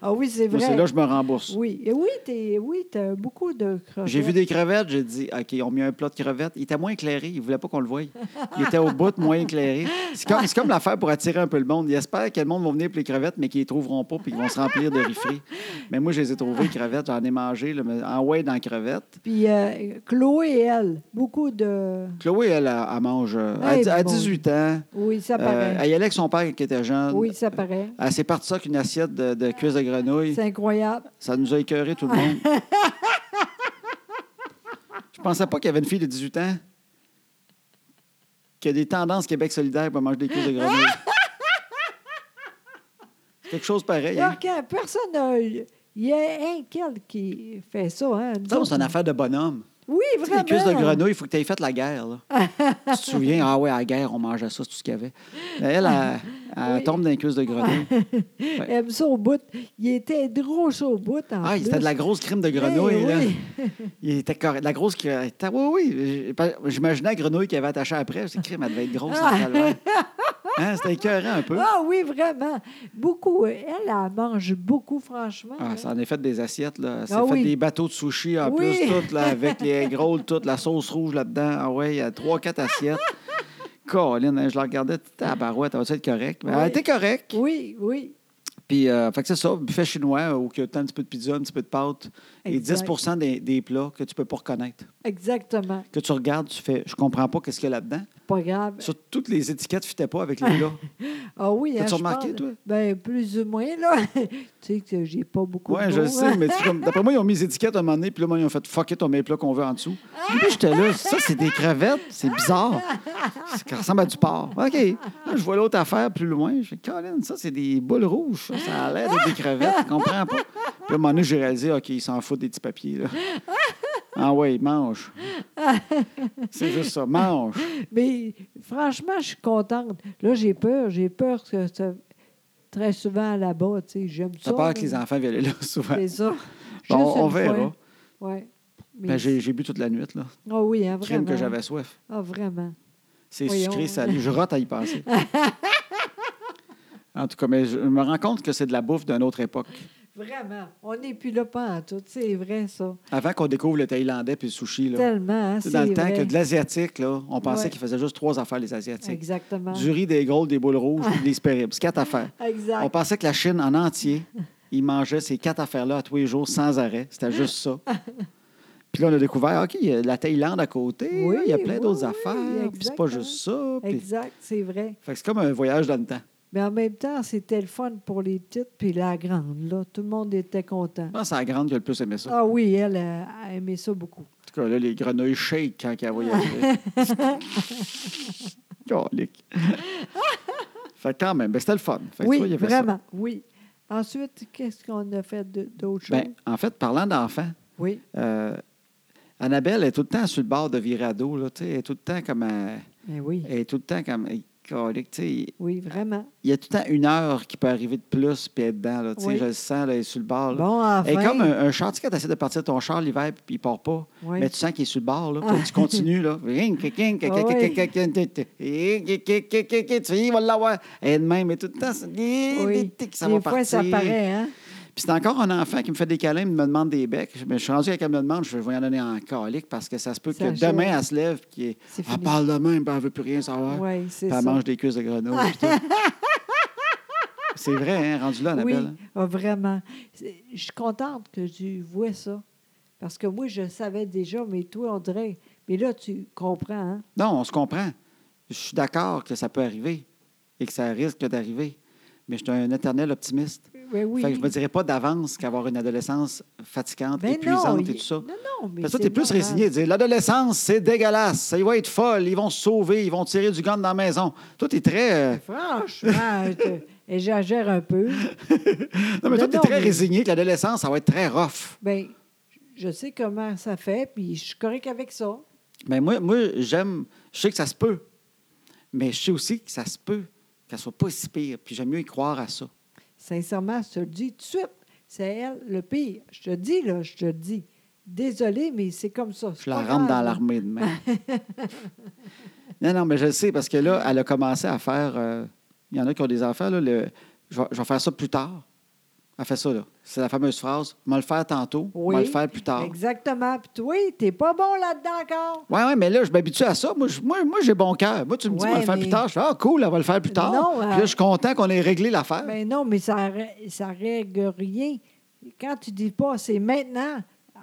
Speaker 2: Ah oui, c'est
Speaker 1: Moi,
Speaker 2: vrai.
Speaker 1: c'est là que je me rembourse.
Speaker 2: Oui, et oui, t'es, oui, t'as beaucoup de crevettes.
Speaker 1: J'ai vu des crevettes, j'ai dit, OK, ils ont mis un plat de crevettes. Il était moins éclairé, il ne voulait pas qu'on le voie. Il était au bout, moins éclairé. C'est comme, c'est comme l'affaire pour attirer un peu le monde. Il espère que le monde va venir pour les crevettes, mais qu'ils les trouveront pas puis qu'ils vont se remplir de riffrés. Mais moi, je les ai trouvés, les crevettes. J'en ai mangé, là, mais en ouais, dans les crevettes.
Speaker 2: Puis euh, Chloé et elle, beaucoup de.
Speaker 1: Chloé, elle, elle, elle mange euh, à
Speaker 2: Eh
Speaker 1: dix- à
Speaker 2: bon.
Speaker 1: 18 ans.
Speaker 2: Oui, ça
Speaker 1: Euh,
Speaker 2: paraît.
Speaker 1: elle y allait avec son père qui était jeune.
Speaker 2: oui, ça paraît.
Speaker 1: Elle s'est partie ça avec une assiette de, de cuisse de grenouille.
Speaker 2: C'est incroyable.
Speaker 1: Ça nous a écœuré tout le monde. Je pensais pas qu'il y avait une fille de 18 ans qui a des tendances Québec solidaire pour manger des cuisses de grenouille. C'est Quelque chose pareil. Hein?
Speaker 2: Alors que Ah, personne n'a- Il y a un quel qui fait ça. Hein, nous
Speaker 1: Ça,
Speaker 2: autres,
Speaker 1: c'est une affaire de bonhomme.
Speaker 2: Oui,
Speaker 1: Tu sais,
Speaker 2: vraiment.
Speaker 1: Les cuisses de grenouille, il faut que tu aies fait la guerre. là. tu te souviens, ah ouais, à la guerre, on mangeait ça, c'est tout ce qu'il y avait. Elle, elle, elle
Speaker 2: Oui. Ah,
Speaker 1: tombe dans les cuisses de grenouille.
Speaker 2: Elle aime ça au bout. Il était drôle ça au bout. En
Speaker 1: Ah, c'était
Speaker 2: plus.
Speaker 1: de la grosse crime de
Speaker 2: Eh
Speaker 1: grenouille. là.
Speaker 2: oui.
Speaker 1: Il était correct. La grosse qui. était- Oui, oui. j'ai pas- J'imaginais la grenouille qui avait attaché après. C'est crime, elle devait être grosse. dans le calvaire. Hein, C'était écœurant un peu.
Speaker 2: Ah oui, vraiment. Beaucoup. Elle, elle mange beaucoup, franchement. hein.
Speaker 1: Ah,
Speaker 2: là.
Speaker 1: ça en est fait des assiettes. Là. Ça
Speaker 2: Ah
Speaker 1: fait
Speaker 2: oui.
Speaker 1: des bateaux de sushi en
Speaker 2: Oui.
Speaker 1: plus, toutes, là, avec les gros, toute la sauce rouge là-dedans. Ah ouais, il y a trois, quatre assiettes. Colin, hein, je la regardais, à barouette, elle va être correcte. Mais Elle
Speaker 2: Oui.
Speaker 1: était correcte.
Speaker 2: Oui, oui.
Speaker 1: Puis, euh, fait que c'est ça, buffet chinois euh, où il y a tant un petit peu de pizza, un petit peu de pâte et
Speaker 2: Exact.
Speaker 1: 10 des, des plats que tu peux pas reconnaître.
Speaker 2: Exactement.
Speaker 1: Que tu regardes, tu fais, je comprends pas qu'est-ce qu'il y a là-dedans.
Speaker 2: Pas grave.
Speaker 1: Sur toutes les étiquettes ne fitaient pas avec les plats.
Speaker 2: Ah oui,
Speaker 1: T'as-tu
Speaker 2: je
Speaker 1: remarqué,
Speaker 2: pense-
Speaker 1: toi?
Speaker 2: Ben, plus ou moins, là. tu sais que j'ai pas beaucoup
Speaker 1: Oui,
Speaker 2: de
Speaker 1: je
Speaker 2: mots,
Speaker 1: le
Speaker 2: hein.
Speaker 1: sais, mais tu sais, comme- d'après moi, ils ont mis les étiquettes à un moment donné, puis là, moi, ils ont fait fuck it, on met les plats qu'on veut en dessous. Puis là, j'étais là, ça, c'est des crevettes, c'est bizarre. Ça ressemble à du porc. OK. Là, je vois l'autre affaire plus loin. Je fais, Colin, ça, c'est des boules rouges. Ça, ça a l'air d'être des crevettes, je comprends pas. Puis là, à un moment donné, j'ai réalisé, OK, ils s'en foutent des petits papiers, là. Ah ouais, mange. C'est juste ça, mange.
Speaker 2: Mais franchement, je suis contente. Là, j'ai peur. J'ai peur que ça... très souvent là-bas, tu sais, j'aime ça.
Speaker 1: T'as peur
Speaker 2: là.
Speaker 1: que les enfants viennent là souvent.
Speaker 2: C'est ça.
Speaker 1: Bon,
Speaker 2: Juste
Speaker 1: on
Speaker 2: une
Speaker 1: verra.
Speaker 2: fois. Ouais. Mais-
Speaker 1: Ben, j'ai j'ai bu toute la nuit, là.
Speaker 2: Ah oui, hein, vraiment.
Speaker 1: Crime que j'avais soif.
Speaker 2: Ah, vraiment.
Speaker 1: C'est
Speaker 2: Voyons.
Speaker 1: sucré, salé. Je rote à y penser. en tout cas, mais je me rends compte que c'est de la bouffe d'une autre époque.
Speaker 2: Vraiment. On n'est plus là pas en tout. C'est vrai, ça.
Speaker 1: Avant qu'on découvre le thaïlandais puis le sushi, là.
Speaker 2: Tellement, hein,
Speaker 1: C'est
Speaker 2: c'est
Speaker 1: dans le temps
Speaker 2: vrai.
Speaker 1: que de l'asiatique, là, on pensait
Speaker 2: Ouais.
Speaker 1: qu'ils faisaient juste trois affaires, les asiatiques.
Speaker 2: Exactement.
Speaker 1: Du riz, des gaules, des boules rouges, puis des spéribes. C'est quatre affaires.
Speaker 2: Exact.
Speaker 1: On pensait que la Chine en entier, ils mangeaient ces quatre affaires-là à tous les jours sans arrêt. C'était juste ça. Puis là, on a découvert, OK, il y a la Thaïlande à côté, là,
Speaker 2: Oui,
Speaker 1: il y a plein
Speaker 2: oui,
Speaker 1: d'autres
Speaker 2: oui,
Speaker 1: affaires, puis c'est pas
Speaker 2: exactement.
Speaker 1: juste ça. puis-
Speaker 2: Exact, c'est vrai.
Speaker 1: Fait que c'est comme un voyage dans le temps.
Speaker 2: Mais en même temps, c'était le fun pour les petites puis la grande. Là. Tout le monde était content.
Speaker 1: Je pense à la grande qui a le plus aimé ça.
Speaker 2: Ah oui, elle euh, a aimé ça beaucoup.
Speaker 1: En tout cas, là, les grenouilles shake hein, quand ils voyageaient. Calique. fait que quand même, ben, c'était le fun. Fait que
Speaker 2: oui,
Speaker 1: tu vois, il y avait ça.
Speaker 2: vraiment, oui. Ensuite, qu'est-ce qu'on a fait de- d'autre chose?
Speaker 1: Ben, en fait, parlant d'enfants,
Speaker 2: oui,
Speaker 1: euh, Annabelle est tout le temps sur le bord de Virado. Là, tu sais, elle est tout le temps comme. euh,
Speaker 2: ben oui,
Speaker 1: Elle est tout le temps comme. hey, calique, tu sais,
Speaker 2: oui, vraiment.
Speaker 1: Il y a tout le temps une heure qui peut arriver de plus puis être dedans. Là, tu sais,
Speaker 2: Oui.
Speaker 1: Je le sens, là, elle est sur le bord. là.
Speaker 2: Bon, enfin.
Speaker 1: Elle est comme un, un char. Tu sais, quand tu essaies de partir de ton char l'hiver puis il part pas,
Speaker 2: Oui.
Speaker 1: mais tu sens qu'il est sur le bord. Là, puis tu continues. Là. Ring, king, king, king,
Speaker 2: Ah oui.
Speaker 1: king, king, king, king, king, king, king, king, Tu dis, il va l'avoir. Elle est de même, mais tout le temps, c'est-
Speaker 2: oui.
Speaker 1: ça
Speaker 2: des
Speaker 1: va
Speaker 2: fois,
Speaker 1: partir.
Speaker 2: ça paraît, hein?
Speaker 1: Puis c'est encore un enfant qui me fait des câlins, il me demande des becs. Mais je suis rendu qu'elle me demande, je vais lui en donner en calique parce que ça se peut
Speaker 2: Ça
Speaker 1: que
Speaker 2: gèle.
Speaker 1: demain, elle se lève puis qu'elle-
Speaker 2: C'est
Speaker 1: elle
Speaker 2: fini.
Speaker 1: parle de même, puis elle veut plus rien savoir.
Speaker 2: Oui, c'est
Speaker 1: Puis
Speaker 2: ça.
Speaker 1: elle mange des cuisses de grenouille. puis tout. c'est vrai, hein, rendu là,
Speaker 2: oui,
Speaker 1: Annabelle. hein?
Speaker 2: ah, vraiment. C'est- Je suis contente que tu vois ça. Parce que moi, je le savais déjà, mais toi, on dirait. Mais là, tu comprends, hein?
Speaker 1: Non, on se comprend. Je suis d'accord que ça peut arriver et que ça risque d'arriver. Mais je suis un éternel optimiste.
Speaker 2: Ben oui.
Speaker 1: Fait que je me dirais pas d'avance qu'avoir une adolescence fatigante,
Speaker 2: Ben
Speaker 1: épuisante
Speaker 2: non,
Speaker 1: et
Speaker 2: il-
Speaker 1: tout ça.
Speaker 2: Non, non, mais.
Speaker 1: Parce que
Speaker 2: c'est
Speaker 1: tu es plus
Speaker 2: normal.
Speaker 1: résigné. de Dire, l'adolescence, c'est dégueulasse. Ça, ils vont être folles. Ils vont se sauver. Ils vont tirer du gun dans la maison. Toi, t'es très. euh,
Speaker 2: Ben, Franchement, je- j'exagère un peu.
Speaker 1: Non, mais toi,
Speaker 2: Non,
Speaker 1: t'es
Speaker 2: non,
Speaker 1: très
Speaker 2: mais-
Speaker 1: résigné que l'adolescence, ça va être très rough.
Speaker 2: Bien, Ben, je sais comment ça fait, puis je suis correct avec ça.
Speaker 1: Mais moi, moi j'aime. Je sais que ça se peut. Mais je sais aussi que ça se peut, qu'elle soit pas si pire. Puis j'aime mieux y croire à ça.
Speaker 2: Sincèrement, je te le dis tout de suite. C'est elle le pire. Je te dis, là, je te le dis. Désolée, mais c'est comme ça.
Speaker 1: Je la rentre dans l'armée demain. non, non, mais je le sais, parce que là, elle a commencé à faire. euh, Il y en a qui ont des enfants, là. le- je, vais, je vais faire ça plus tard. Elle fait ça, là. C'est la fameuse phrase « m'a le faire tantôt,
Speaker 2: Oui.
Speaker 1: m'a le faire plus tard ».
Speaker 2: Exactement. Puis toi, t'es pas bon là-dedans encore.
Speaker 1: Oui, oui, mais là, je m'habitue à ça. Moi, je- moi, moi, j'ai bon cœur. Moi, tu me dis, on va
Speaker 2: Ouais,
Speaker 1: le faire
Speaker 2: mais-
Speaker 1: plus tard. Je fais, ah, cool, on va le faire plus tard.
Speaker 2: Non,
Speaker 1: Puis
Speaker 2: euh,
Speaker 1: là, je suis content qu'on ait réglé l'affaire.
Speaker 2: Mais Ben non, mais ça, rè- ça règle rien. Quand tu dis pas c'est maintenant,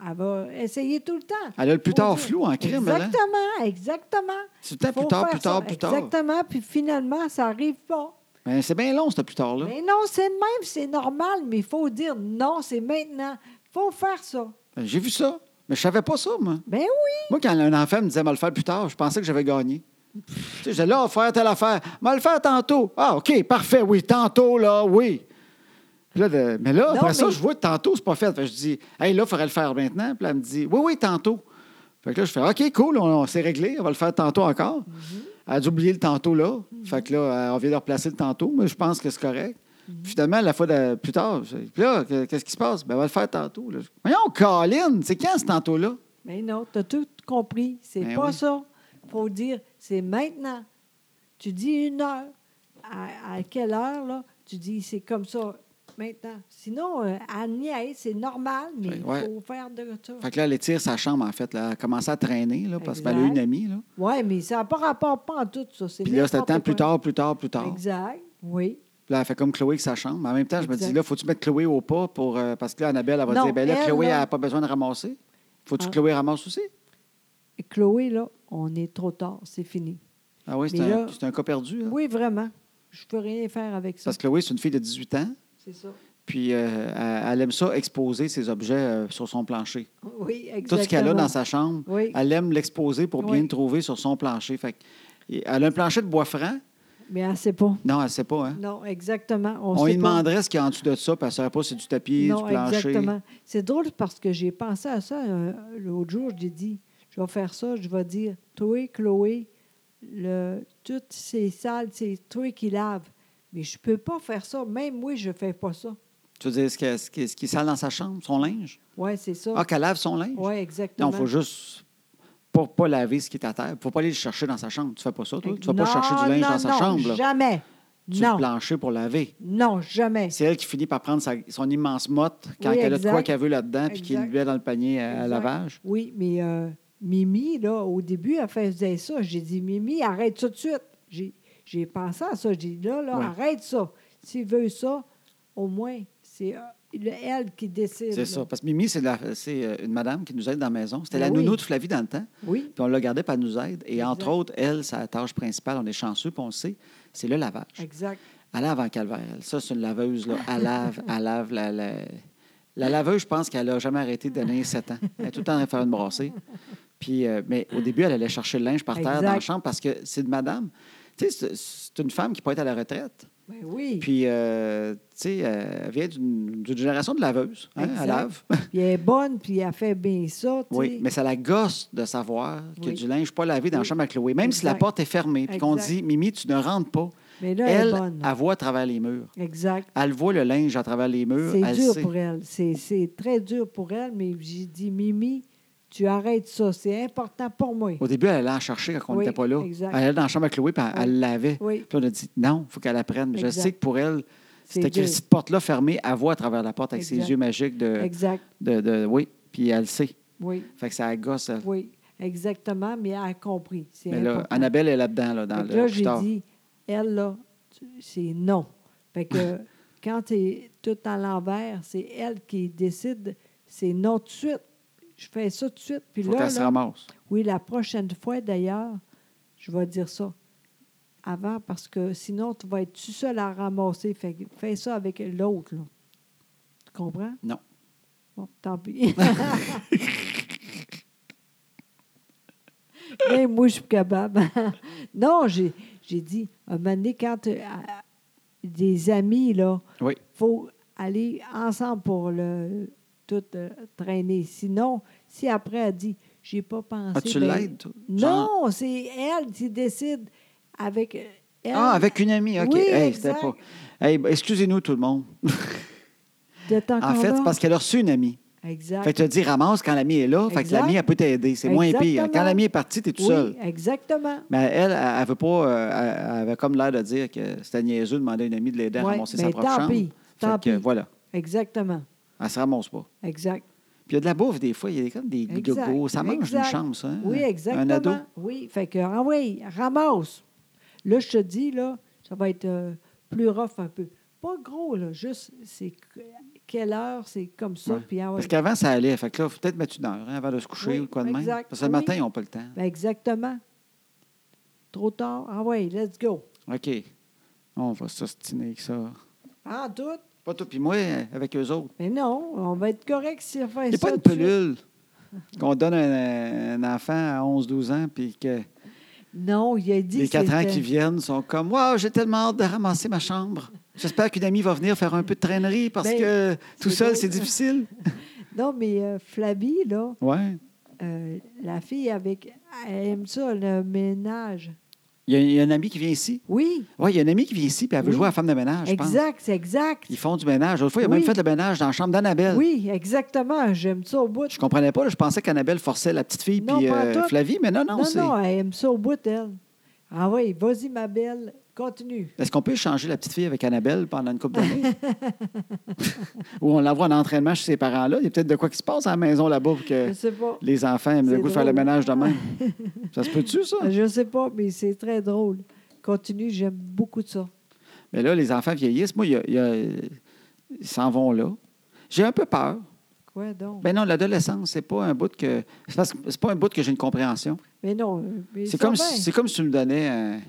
Speaker 2: elle va essayer tout le temps.
Speaker 1: Elle a le plus
Speaker 2: Faut
Speaker 1: tard
Speaker 2: dire-
Speaker 1: flou en crime, elle, hein?
Speaker 2: Exactement, exactement.
Speaker 1: C'est tout le temps plus
Speaker 2: Faut
Speaker 1: tard,
Speaker 2: faire
Speaker 1: plus tard,
Speaker 2: ça.
Speaker 1: plus tard.
Speaker 2: Exactement, puis finalement, ça arrive pas.
Speaker 1: Mais c'est bien long, ce plus tard, là.
Speaker 2: Mais non, c'est le même, c'est normal, mais il faut dire non, c'est maintenant. faut faire ça.
Speaker 1: Ben, J'ai vu ça. Mais je savais pas ça, moi.
Speaker 2: Ben oui.
Speaker 1: Moi, quand un enfant me disait, m'a le faire plus tard, je pensais que j'avais gagné. Tu sais, je disais, là, on va faire telle affaire. M'a le faire tantôt. Ah, OK, parfait, oui, tantôt, là, oui. Puis là, de- mais là,
Speaker 2: Non,
Speaker 1: après ça,
Speaker 2: mais-
Speaker 1: je vois que tantôt, c'est pas fait. Fait que je dis, hey, là, il faudrait le faire maintenant. Puis là, elle me dit, oui, oui, tantôt. Fait que là, je fais, OK, cool, on, on s'est réglé, on va le faire tantôt encore.
Speaker 2: Mm-hmm.
Speaker 1: Elle a dû oublier le tantôt, là. Fait que là, elle- on vient de replacer le tantôt, mais je pense que c'est correct.
Speaker 2: Mm-hmm.
Speaker 1: Puis Finalement, la fois de, plus tard, je- puis là, que- qu'est-ce qui se passe? Ben, on va le faire tantôt. Là. Voyons, Colin, c'est quand ce tantôt-là?
Speaker 2: Mais non, tu as tout compris. C'est
Speaker 1: Ben
Speaker 2: pas
Speaker 1: oui.
Speaker 2: ça. faut dire c'est maintenant. Tu dis une heure. À, à quelle heure, là? Tu dis c'est comme ça, maintenant. Sinon, euh, à nier, c'est normal, mais il
Speaker 1: Ben Ouais.
Speaker 2: faut faire de ça.
Speaker 1: Fait que là, elle étire sa chambre, en fait. Là. Elle a commencé à traîner, là, parce qu'elle a
Speaker 2: Exact.
Speaker 1: une amie. Là.
Speaker 2: Oui, mais ça n'a pas rapport pas en tout ça. c'est
Speaker 1: Puis là, c'était
Speaker 2: n'importe
Speaker 1: temps plus
Speaker 2: quoi.
Speaker 1: tard, plus tard, plus tard.
Speaker 2: Exact, oui.
Speaker 1: Puis là, elle fait comme Chloé avec sa chambre. Mais en même temps, je me
Speaker 2: Exact.
Speaker 1: dis, là, faut-tu mettre Chloé au pas pour. euh, parce que là, Annabelle, elle va
Speaker 2: Non,
Speaker 1: dire, ben là,
Speaker 2: elle,
Speaker 1: Chloé, elle
Speaker 2: là-
Speaker 1: n'a pas besoin de ramasser. Faut-tu
Speaker 2: Ah.
Speaker 1: que Chloé ramasse aussi?
Speaker 2: Et Chloé, là, on est trop tard, c'est fini.
Speaker 1: Ah oui, c'est
Speaker 2: Mais
Speaker 1: un,
Speaker 2: là-
Speaker 1: c'est un cas perdu. là.
Speaker 2: Oui, vraiment. Je peux rien faire avec ça.
Speaker 1: Parce que Chloé, c'est une fille de 18 ans.
Speaker 2: C'est ça.
Speaker 1: Puis euh, elle, elle aime ça, exposer ses objets euh, sur son plancher.
Speaker 2: Oui,
Speaker 1: Tout
Speaker 2: exactement.
Speaker 1: ce qu'elle a dans sa Ah. chambre,
Speaker 2: Oui.
Speaker 1: elle aime l'exposer pour bien
Speaker 2: Oui.
Speaker 1: le trouver sur son plancher. Fait que- et elle a un plancher de bois franc.
Speaker 2: Mais elle ne sait pas.
Speaker 1: Non, elle ne sait pas, hein?
Speaker 2: Non, exactement. On,
Speaker 1: On
Speaker 2: sait
Speaker 1: lui
Speaker 2: pas.
Speaker 1: demanderait ce qu'il y a en dessous de ça, puis elle ne saurait pas si c'est du tapis,
Speaker 2: Non,
Speaker 1: du plancher.
Speaker 2: exactement. C'est drôle parce que j'ai pensé à ça euh, l'autre jour. J'ai dit, je vais faire ça, je vais dire, toi, Chloé, le, toutes ces salles, c'est toi qui laves. Mais je peux pas faire ça. Même moi, je fais pas ça.
Speaker 1: Tu veux dire ce que- ce qui ce qui est sale dans sa chambre, son linge?
Speaker 2: Oui, c'est ça.
Speaker 1: Ah, qu'elle lave son linge?
Speaker 2: oui,
Speaker 1: non,
Speaker 2: exactement.
Speaker 1: il faut juste pas, pas laver ce qui est à terre. faut pas aller le chercher dans sa chambre. Tu fais pas ça, toi. Tu vas pas
Speaker 2: Non,
Speaker 1: chercher du linge
Speaker 2: non,
Speaker 1: dans sa
Speaker 2: non,
Speaker 1: chambre. là.
Speaker 2: Jamais.
Speaker 1: Tu
Speaker 2: non,
Speaker 1: le plancher pour laver.
Speaker 2: non, jamais.
Speaker 1: C'est elle qui finit par prendre sa- son immense motte quand
Speaker 2: Oui,
Speaker 1: elle a de quoi
Speaker 2: exact.
Speaker 1: qu'elle veut là-dedans, puis qui
Speaker 2: Exact.
Speaker 1: le met dans le panier à, à
Speaker 2: Exact.
Speaker 1: lavage.
Speaker 2: Oui, mais euh, Mimi, là, au début, elle faisait ça. J'ai dit, Mimi, arrête ça tout de suite. J'ai- J'ai pensé à ça. J'ai dit, là, là,
Speaker 1: Ouais.
Speaker 2: arrête ça. S'il veut ça, au moins, c'est euh, le- elle qui décide.
Speaker 1: C'est
Speaker 2: là.
Speaker 1: ça. Parce que Mimi, c'est la- c'est euh, une madame qui nous aide dans la maison. C'était
Speaker 2: Ben
Speaker 1: la
Speaker 2: oui.
Speaker 1: nounou de Flavie dans le temps.
Speaker 2: Oui,
Speaker 1: Puis on la gardait, puis elle nous aide. Et entre
Speaker 2: Exact.
Speaker 1: autres, elle, sa tâche principale, on est chanceux, puis on le sait, c'est le lavage.
Speaker 2: exact.
Speaker 1: Elle lave en calvaire. elle. Ça, c'est une laveuse. Là. Elle lave, elle lave. La, la- la laveuse, je pense qu'elle n'a jamais arrêté de donner 7 ans. Elle est tout le temps en train de faire une brassée. Puis, euh, mais au début, elle allait chercher le linge par terre dans la
Speaker 2: Exact.
Speaker 1: chambre parce que c'est de madame. Tu sais, c'est- c'est une femme qui peut être à la retraite.
Speaker 2: Ben oui. Puis,
Speaker 1: Puis, euh, tu sais, euh, elle vient d'une d'une génération de laveuses. hein,
Speaker 2: Exact.
Speaker 1: elle lave.
Speaker 2: elle est bonne, puis elle fait bien ça. tu
Speaker 1: Oui,
Speaker 2: sais.
Speaker 1: mais ça la gosse de savoir qu'il y a
Speaker 2: Oui.
Speaker 1: du linge pas lavé dans la
Speaker 2: Oui.
Speaker 1: chambre à Chloé. Même si la
Speaker 2: Exact.
Speaker 1: porte est fermée, puis qu'on
Speaker 2: Exact.
Speaker 1: dit, Mimi, tu ne rentres pas.
Speaker 2: mais là, elle,
Speaker 1: Elle,
Speaker 2: est bonne.
Speaker 1: elle voit à travers les murs.
Speaker 2: Exact.
Speaker 1: Elle voit le linge à travers les murs.
Speaker 2: C'est
Speaker 1: elle
Speaker 2: dur
Speaker 1: sait.
Speaker 2: pour elle. C'est- C'est très dur pour elle, mais j'ai dit, Mimi, tu arrêtes ça. C'est important pour moi.
Speaker 1: Au début, elle allait en chercher quand on
Speaker 2: Oui,
Speaker 1: n'était pas là.
Speaker 2: exact.
Speaker 1: Elle allait dans la chambre à Chloé, puis elle,
Speaker 2: Oui.
Speaker 1: elle l'avait.
Speaker 2: Oui,
Speaker 1: Puis on a dit, non, il faut qu'elle apprenne. Je
Speaker 2: Exact.
Speaker 1: sais que pour elle,
Speaker 2: C'est
Speaker 1: c'était que
Speaker 2: dur.
Speaker 1: cette porte-là fermée, elle voit à travers la porte avec ses
Speaker 2: Exact.
Speaker 1: yeux magiques de,
Speaker 2: exact.
Speaker 1: de, de- Oui, puis elle sait.
Speaker 2: Oui.
Speaker 1: Fait que ça la gosse. elle.
Speaker 2: Oui, exactement, mais elle a compris. C'est
Speaker 1: Mais là,
Speaker 2: important.
Speaker 1: Annabelle est là-dedans, là, dans
Speaker 2: Fait que
Speaker 1: le.
Speaker 2: là,
Speaker 1: plus
Speaker 2: j'ai
Speaker 1: tard.
Speaker 2: dit, elle, là, tu- c'est non. Fait que quand t'es tout à l'envers, c'est elle qui décide, c'est non tout de suite. Je fais ça tout de suite. Puis
Speaker 1: faut
Speaker 2: là,
Speaker 1: qu'elle se
Speaker 2: là,
Speaker 1: ramasse.
Speaker 2: oui, la prochaine fois, d'ailleurs, je vais dire ça avant parce que sinon, tu vas être tout seul à ramasser. Fait que fais ça avec l'autre, là. Tu comprends?
Speaker 1: Non.
Speaker 2: Bon, tant pis. Mais moi, je suis plus capable. non, j'ai j'ai dit, un moment donné, quand euh, à- des amis, là,
Speaker 1: Oui.
Speaker 2: faut aller ensemble pour le tout euh, traîner. Sinon, si après elle dit j'ai pas pensé.
Speaker 1: Ah, tu
Speaker 2: ben,
Speaker 1: l'aides? toi? Genre-
Speaker 2: Non, c'est elle qui décide avec euh, elle
Speaker 1: Ah, avec une amie, OK.
Speaker 2: Oui,
Speaker 1: Hey, c'était
Speaker 2: exact.
Speaker 1: pas- Hey, ben, excusez-nous, tout le monde.
Speaker 2: de temps
Speaker 1: en fait, c'est parce qu'elle a reçu une amie.
Speaker 2: Exact.
Speaker 1: Fait que tu as dit, ramasse quand l'ami est là. Fait que
Speaker 2: Exact.
Speaker 1: l'ami, elle peut t'aider. C'est moins pire.
Speaker 2: Exactement.
Speaker 1: Quand l'ami est parti, tu es tout
Speaker 2: oui,
Speaker 1: seul.
Speaker 2: exactement.
Speaker 1: Mais elle, elle, elle veut pas. euh, elle, elle avait comme l'air de dire que c'était niaiseux de demander à une amie de l'aider à
Speaker 2: Ouais,
Speaker 1: ramasser
Speaker 2: ben,
Speaker 1: sa propre
Speaker 2: tant
Speaker 1: chambre.
Speaker 2: pis,
Speaker 1: Fait
Speaker 2: tant
Speaker 1: que,
Speaker 2: pis.
Speaker 1: voilà.
Speaker 2: Exactement.
Speaker 1: Elle ne se ramasse pas.
Speaker 2: Exact.
Speaker 1: Puis il y a de la bouffe, des fois. Il y a comme des
Speaker 2: Exact,
Speaker 1: gogos. Ça mange
Speaker 2: exact.
Speaker 1: une chambre, ça. hein?
Speaker 2: Oui,
Speaker 1: Un ado.
Speaker 2: exactement. Oui, fait que, ah oui, ramasse. Là, je te dis, là, ça va être euh, plus rough un peu. Pas gros, là, juste, c'est que- quelle heure, c'est comme ça,
Speaker 1: Ouais.
Speaker 2: puis ah ouais.
Speaker 1: Parce qu'avant, ça allait. Fait que là, faut peut-être mettre une heure hein, avant de se coucher
Speaker 2: Oui,
Speaker 1: ou quoi de même.
Speaker 2: exact.
Speaker 1: Parce que le
Speaker 2: Oui.
Speaker 1: matin, ils n'ont pas le temps.
Speaker 2: Ben, exactement. Trop tard, ah oui, let's go.
Speaker 1: OK. On va s'ostiner avec ça.
Speaker 2: En doute,
Speaker 1: Pas toi puis moi, euh, avec eux autres.
Speaker 2: mais non, on va être correct si on fait
Speaker 1: Il n'y a
Speaker 2: ça.
Speaker 1: pas une
Speaker 2: tout de suite.
Speaker 1: pilule qu'on donne à un, un enfant à 11-12 ans, puis que
Speaker 2: Non, il a dit
Speaker 1: les 4 ans
Speaker 2: c'était-
Speaker 1: qui viennent sont comme Waouh, j'ai tellement hâte de ramasser ma chambre. J'espère qu'une amie va venir faire un peu de traînerie parce
Speaker 2: Ben,
Speaker 1: que tout
Speaker 2: c'est
Speaker 1: seul,
Speaker 2: drôle.
Speaker 1: c'est difficile.
Speaker 2: Non, mais euh, Flavie, là,
Speaker 1: Ouais.
Speaker 2: euh, la fille avec. Elle aime ça, le ménage.
Speaker 1: Il y, a- il y a une amie qui vient ici.
Speaker 2: Oui,
Speaker 1: Oui, il y a une amie qui vient ici, puis elle veut
Speaker 2: Oui.
Speaker 1: jouer à la femme de ménage, Ah, je pense.
Speaker 2: exact, c'est exact.
Speaker 1: Ils font du ménage. L'autre fois, il a
Speaker 2: Oui.
Speaker 1: même fait le ménage dans la chambre d'Annabelle.
Speaker 2: Oui, exactement. J'aime ça au bout.
Speaker 1: Je comprenais pas. là. Je pensais qu'Annabelle forçait la petite fille
Speaker 2: Non,
Speaker 1: puis
Speaker 2: pas en
Speaker 1: euh,
Speaker 2: tout.
Speaker 1: Flavie, mais non,
Speaker 2: Non,
Speaker 1: non.
Speaker 2: non,
Speaker 1: c'est-
Speaker 2: elle aime ça au bout, elle. Ah oui, vas-y, ma belle, continue.
Speaker 1: Est-ce qu'on peut changer la petite fille avec Annabelle pendant une couple d'années? Ou on l'envoie en entraînement chez ses parents-là? Il y a peut-être de quoi qui se passe à la maison là-bas pour
Speaker 2: Je
Speaker 1: que
Speaker 2: sais pas.
Speaker 1: les enfants aiment le
Speaker 2: C'est
Speaker 1: goût de faire le
Speaker 2: drôle.
Speaker 1: ménage de même. ça se peut-tu, ça?
Speaker 2: Je sais pas, mais c'est très drôle. Continue, j'aime beaucoup ça.
Speaker 1: Mais là, les enfants vieillissent. Moi, il y a- il y a- ils s'en vont là. J'ai un peu peur.
Speaker 2: Quoi donc?
Speaker 1: Ben non, l'adolescence, c'est pas un bout que. C'est parce que- c'est pas un bout que j'ai une compréhension.
Speaker 2: mais non, mais
Speaker 1: C'est
Speaker 2: ça
Speaker 1: comme,
Speaker 2: va.
Speaker 1: si, c'est comme si tu me donnais. un-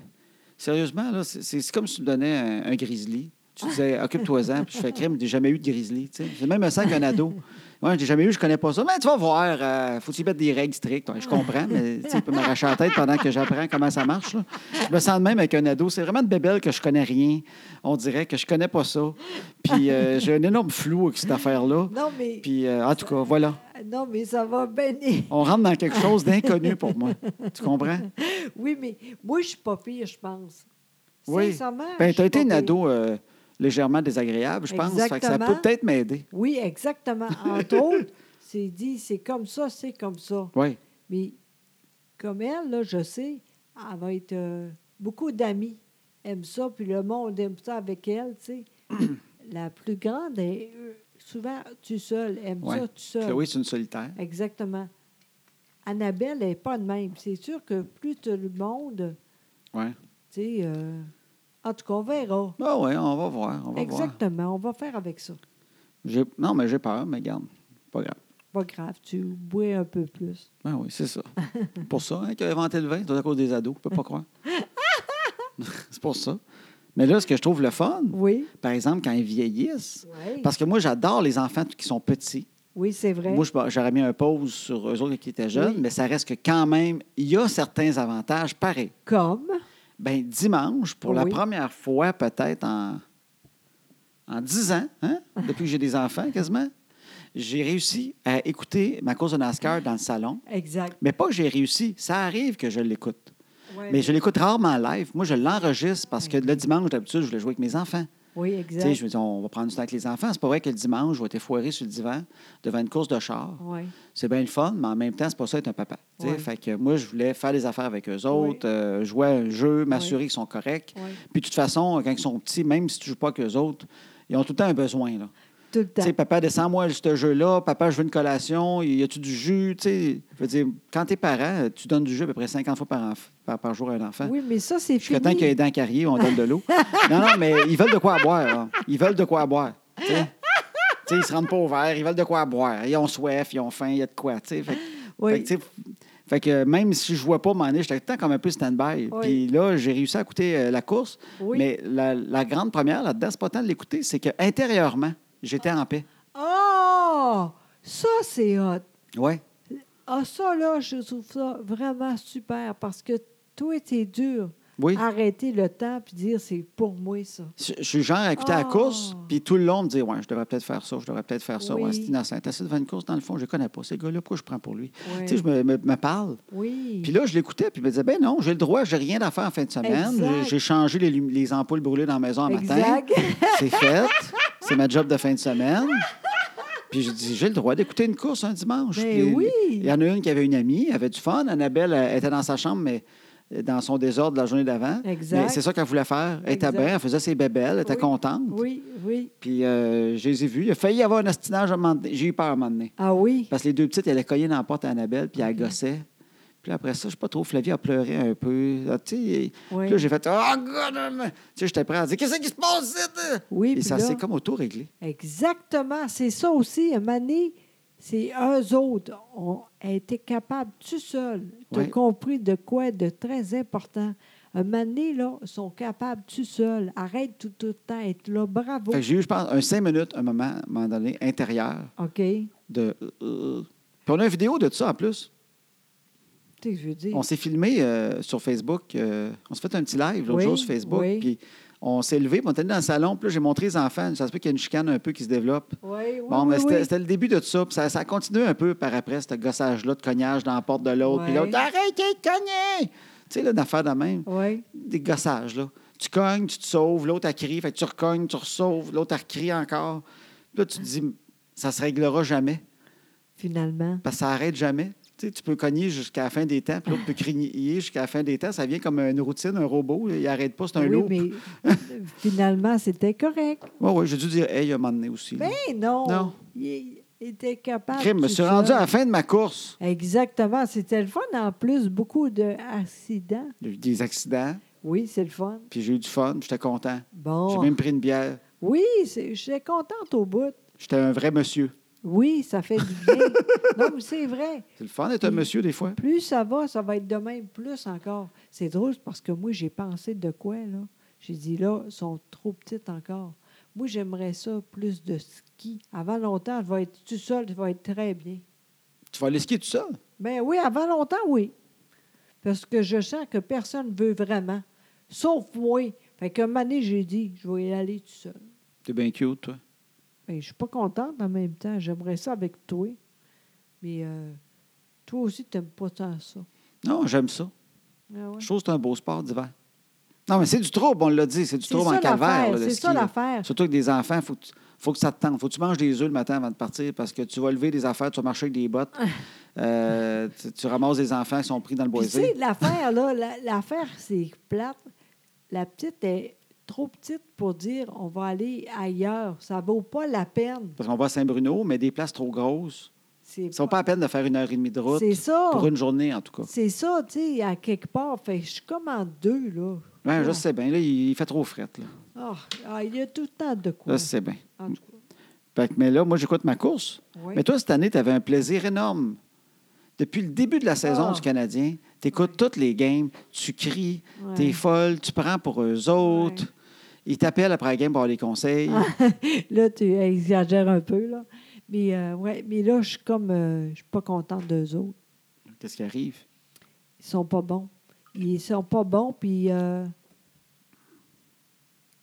Speaker 1: Sérieusement, là, c'est- c'est c'est comme si tu me donnais un, un grizzly. Tu disais, occupe-toi-en. Puis je fais crime, j'ai jamais eu de grizzly. tu sais. C'est même ça qu'un ado. Ouais, j'ai jamais eu, je connais pas ça. Mais tu vas voir, euh, faut-tu mettre des règles strictes. Ouais, je comprends, mais tu sais, il peut m'arracher la tête pendant que j'apprends comment ça marche. là. Je me sens de même avec un ado. C'est vraiment de bébelle que je connais rien. On dirait que je connais pas ça. Puis euh, j'ai un énorme flou avec cette affaire-là.
Speaker 2: Non, mais, ah,
Speaker 1: Puis euh, en tout cas, voilà.
Speaker 2: non, mais ça va bénir.
Speaker 1: On rentre dans quelque chose d'inconnu pour moi. Tu comprends?
Speaker 2: Oui, mais moi, je suis pas pire, je pense.
Speaker 1: Oui.
Speaker 2: Sincèrement.
Speaker 1: Ben,
Speaker 2: je
Speaker 1: tu as
Speaker 2: suis
Speaker 1: été
Speaker 2: pas
Speaker 1: une
Speaker 2: pire.
Speaker 1: ado euh, légèrement désagréable, je pense. Fait que ça peut
Speaker 2: Exactement.
Speaker 1: peut-être m'aider.
Speaker 2: Oui, exactement. Entre autres, c'est dit, c'est comme ça, c'est comme ça.
Speaker 1: Oui.
Speaker 2: Mais comme elle, là, je sais, elle va être. euh, beaucoup d'amis aiment ça, puis le monde aime ça avec elle, tu sais. La plus grande est euh, souvent tu seule, aime
Speaker 1: Ouais.
Speaker 2: ça, tu seule.
Speaker 1: Chloé, c'est une solitaire.
Speaker 2: Exactement. Annabelle n'est pas de même. C'est sûr que plus tout le monde,
Speaker 1: Oui.
Speaker 2: tu sais. euh, en tout cas, on verra.
Speaker 1: Ah ouais, on va voir. On va voir.
Speaker 2: Exactement, on va faire avec ça.
Speaker 1: J'ai- Non, mais j'ai peur, mais garde. Pas grave.
Speaker 2: Pas grave, tu bois un peu plus.
Speaker 1: Ben oui, c'est ça. pour ça hein, qu'il a inventé le vin, c'est à cause des ados, je peux pas croire. c'est pour ça. Mais là, ce que je trouve le fun,
Speaker 2: Oui.
Speaker 1: par exemple, quand ils vieillissent,
Speaker 2: Oui,
Speaker 1: parce que moi, j'adore les enfants qui sont petits.
Speaker 2: oui c'est vrai.
Speaker 1: Moi, je- j'aurais mis un pause sur eux autres qui étaient jeunes,
Speaker 2: Oui.
Speaker 1: mais ça reste que quand même, il y a certains avantages pareil.
Speaker 2: Comme.
Speaker 1: Ben, dimanche, pour la
Speaker 2: Oui.
Speaker 1: première fois peut-être en, en 10 ans, hein, depuis que j'ai des enfants quasiment, j'ai réussi à écouter ma cause de NASCAR dans le salon.
Speaker 2: Exact.
Speaker 1: Mais pas que j'ai réussi, ça arrive que je l'écoute.
Speaker 2: Ouais.
Speaker 1: Mais je l'écoute rarement en live. Moi, je l'enregistre parce que le dimanche, d'habitude, je voulais jouer avec mes enfants.
Speaker 2: Oui,
Speaker 1: Tu
Speaker 2: exact.
Speaker 1: sais, je me dis, on va prendre du temps avec les enfants. C'est pas vrai que le dimanche, je vais être foiré sur le divan devant une course de char.
Speaker 2: Oui.
Speaker 1: C'est bien le fun, mais en même temps, c'est pas ça être un papa. Tu sais,
Speaker 2: Ouais.
Speaker 1: Fait que moi, je voulais faire des affaires avec eux
Speaker 2: Ouais.
Speaker 1: autres, euh, jouer à un jeu, m'assurer qu'ils sont corrects.
Speaker 2: Ouais.
Speaker 1: Puis de toute façon, quand ils sont petits, même si tu joues pas avec eux autres, ils ont tout le temps un besoin. Là.
Speaker 2: Tout le
Speaker 1: Tu
Speaker 2: temps.
Speaker 1: sais, papa, descends-moi ce jeu-là, papa, je veux une collation, y a-tu du jus? Tu sais, je veux dire, quand t'es parent, tu donnes du jus à peu près 50 fois par, enf- par, par jour à un enfant.
Speaker 2: Oui, mais ça, c'est
Speaker 1: Jusqu'à
Speaker 2: fini.
Speaker 1: temps qu'il y ait des dents carriées, on donne de l'eau. non, non, mais ils veulent de quoi boire. là. Ils veulent de quoi boire. Tu sais, Tu sais, ils se rendent pas au verre, ils veulent de quoi boire. Ils ont soif, ils ont faim, il y a de quoi. tu sais. Fait, que-
Speaker 2: Oui.
Speaker 1: fait que, tu sais, fait que même si je jouais pas m'en aller, j'étais tout le temps comme un peu stand-by.
Speaker 2: Oui.
Speaker 1: Puis là, j'ai réussi à écouter euh, la course.
Speaker 2: Oui.
Speaker 1: Mais la, la grande première là-dedans, c'est pas tant de l'écouter, c'est que intérieurement, j'étais en paix.
Speaker 2: Oh! Ça, c'est hot.
Speaker 1: Ouais.
Speaker 2: Ah, ça, là, je trouve ça vraiment super parce que toi, t'es dur.
Speaker 1: Oui.
Speaker 2: Arrêter le temps puis dire c'est pour moi, ça.
Speaker 1: Je je suis genre à écouter la
Speaker 2: Oh.
Speaker 1: course, puis tout le long, me dire Ouais, je devrais peut-être faire ça, je devrais peut-être faire ça. Ouais,
Speaker 2: Oui.
Speaker 1: c'est innocent. T'as assis devant une course, dans le fond, je ne connais pas. Ces gars-là, pourquoi je prends pour lui
Speaker 2: Oui.
Speaker 1: Tu sais, je me, me- me parle.
Speaker 2: Oui.
Speaker 1: Puis là, je l'écoutais, puis je me disais Ben non, j'ai le droit, j'ai rien à faire en fin de semaine.
Speaker 2: Exact.
Speaker 1: J'ai- J'ai changé les, lumi- les ampoules brûlées dans la maison en matin.
Speaker 2: exact.
Speaker 1: C'est fait. C'est ma job de fin de semaine. Puis je dis, j'ai le droit d'écouter une course un dimanche.
Speaker 2: Ben
Speaker 1: Puis
Speaker 2: oui.
Speaker 1: Il y en a une qui avait une amie, elle avait du fun. Annabelle elle était dans sa chambre, mais dans son désordre de la journée d'avant.
Speaker 2: Exact.
Speaker 1: Mais c'est ça qu'elle voulait faire. Elle était
Speaker 2: Exact.
Speaker 1: bien, elle faisait ses bébelles, elle était
Speaker 2: Oui.
Speaker 1: contente.
Speaker 2: Oui, oui.
Speaker 1: Puis euh, je les ai vus. Il a failli y avoir un ostinage à un moment donné. J'ai eu peur à un moment donné.
Speaker 2: Ah oui.
Speaker 1: Parce que les deux petites, elles cognaient dans la porte à Annabelle, puis elles gossaient. Puis là, après ça, je sais pas trop, Flavie a pleuré un peu. Ah, tu sais,
Speaker 2: Oui.
Speaker 1: Puis là, j'ai fait Oh, God! hum! Tu sais, j'étais prêt à dire Qu'est-ce qui se passe ici?
Speaker 2: Oui,
Speaker 1: Et
Speaker 2: puis
Speaker 1: ça
Speaker 2: là-
Speaker 1: s'est comme auto-réglé.
Speaker 2: Exactement. C'est ça aussi, à un moment donné, c'est eux autres ont été capables, tout seul, tu
Speaker 1: Ouais.
Speaker 2: compris de quoi de très important. Un moment donné, là, sont capables, tout seul. Arrête tout, tout le temps, être là. Bravo.
Speaker 1: Fait que j'ai eu, je pense, un cinq minutes, un moment, à un moment donné, intérieur,
Speaker 2: OK. Tu
Speaker 1: de. euh, euh. Puis on a une vidéo de tout ça en plus.
Speaker 2: sais, je veux dire.
Speaker 1: On s'est filmé euh, sur Facebook. euh, on s'est fait un petit live l'autre
Speaker 2: Oui,
Speaker 1: jour sur Facebook.
Speaker 2: oui.
Speaker 1: Puis on s'est levé, puis on était allé dans le salon, puis là, j'ai montré les enfants. Ça se peut qu'il y a une chicane un peu qui se développe.
Speaker 2: Oui, oui,
Speaker 1: Bon, mais
Speaker 2: oui,
Speaker 1: c'était-
Speaker 2: oui.
Speaker 1: c'était le début de tout ça. Puis ça, ça a continué un peu par après, ce gossage-là de cognage dans la porte de l'autre. Puis
Speaker 2: Ouais.
Speaker 1: l'autre, arrêtez de cogner! Tu sais, là, d'affaires de même.
Speaker 2: Oui.
Speaker 1: Des gossages, là. Tu cognes, tu te sauves, l'autre, elle crie, fait que tu recognes, tu ressauves, l'autre, elle crie encore. Puis là, tu te dis, ça se réglera jamais,
Speaker 2: Finalement.
Speaker 1: parce que ça arrête jamais. Tu sais, tu peux cogner jusqu'à la fin des temps, puis l'autre peut crier jusqu'à la fin des temps. Ça vient comme une routine, un robot. Il arrête pas, c'est un
Speaker 2: oui,
Speaker 1: loop. Oui,
Speaker 2: mais finalement, c'était correct.
Speaker 1: oui, j'ai dû dire, hey, un moment donné aussi. là.
Speaker 2: Mais Ben non.
Speaker 1: Non.
Speaker 2: Il, il était capable.
Speaker 1: Crime, je me
Speaker 2: Ben, tout
Speaker 1: suis rendu
Speaker 2: seul.
Speaker 1: à la fin de ma course.
Speaker 2: Exactement. C'était le fun. En plus, beaucoup d'accidents.
Speaker 1: Il y a eu des accidents.
Speaker 2: Oui, c'est le fun.
Speaker 1: Puis j'ai eu du fun, j'étais content. J'ai
Speaker 2: Bon.
Speaker 1: même pris une bière.
Speaker 2: Oui, c'est- j'étais contente au bout.
Speaker 1: J'étais un vrai monsieur.
Speaker 2: Oui, ça fait du bien. non, mais c'est vrai.
Speaker 1: C'est le fun d'être un
Speaker 2: Mm.
Speaker 1: monsieur des fois.
Speaker 2: Plus ça va, ça va être de même, plus encore. C'est drôle parce que moi, j'ai pensé de quoi, là? J'ai dit, là, elles sont trop petites encore. Moi, j'aimerais ça, plus de ski. Avant longtemps, je vais être tout seul, je vais être très bien.
Speaker 1: Tu vas aller skier tout seul.
Speaker 2: Ben oui, avant longtemps, oui. Parce que je sens que personne ne veut vraiment, sauf moi. Fait qu'un moment donné, j'ai dit, je vais y aller tout seul.
Speaker 1: T'es bien cute, toi.
Speaker 2: Ben, je suis pas contente en même temps. J'aimerais ça avec toi. Mais euh, toi aussi, tu n'aimes pas tant ça.
Speaker 1: Non, j'aime ça.
Speaker 2: Ah ouais.
Speaker 1: Je trouve que c'est un beau sport d'hiver. Non, mais c'est du trouble, on l'a dit. C'est du
Speaker 2: C'est
Speaker 1: trouble
Speaker 2: ça
Speaker 1: en calvaire,
Speaker 2: l'affaire,
Speaker 1: là, le
Speaker 2: c'est
Speaker 1: ski.
Speaker 2: ça
Speaker 1: là.
Speaker 2: l'affaire.
Speaker 1: Surtout avec des enfants, faut que tu- faut que ça te tente. Faut que tu manges des œufs le matin avant de partir parce que tu vas lever des affaires, tu vas marcher avec des bottes. Euh, tu, tu ramasses des enfants qui sont pris dans le
Speaker 2: Ah. Puis, tu sais,
Speaker 1: boisé.
Speaker 2: l'affaire, là, la- l'affaire, c'est plate. La petite est trop petite pour dire on va aller ailleurs. Ça vaut pas la peine.
Speaker 1: Parce qu'on va à Saint-Bruno, mais des places trop grosses.
Speaker 2: C'est
Speaker 1: Ils sont
Speaker 2: pas-
Speaker 1: pas à peine de faire une heure et demie de route.
Speaker 2: C'est ça.
Speaker 1: Pour une journée, en tout cas.
Speaker 2: C'est ça, tu sais, à quelque part. Fait que je suis comme en deux, là.
Speaker 1: Ouais, je
Speaker 2: Ah.
Speaker 1: sais bien. Là, il il fait trop fret. Là,
Speaker 2: Ah, ah, il y a tout le temps de quoi.
Speaker 1: là c'est bien.
Speaker 2: En tout cas,
Speaker 1: Fait que- mais là, moi, j'écoute ma course.
Speaker 2: oui.
Speaker 1: Mais toi, cette année, tu avais un plaisir énorme. Depuis le début de la saison
Speaker 2: Ah.
Speaker 1: du Canadien, tu écoutes toutes les games, tu cries,
Speaker 2: Ouais.
Speaker 1: tu es folle, tu prends pour eux autres.
Speaker 2: Ouais. Ah.
Speaker 1: Ils t'appellent après la game pour avoir des conseils.
Speaker 2: Là, tu exagères un peu, là. Mais, euh, ouais, mais là, je suis comme. euh, je suis pas contente d'eux autres.
Speaker 1: Qu'est-ce qui arrive?
Speaker 2: Ils sont pas bons. Ils sont pas bons, puis. euh,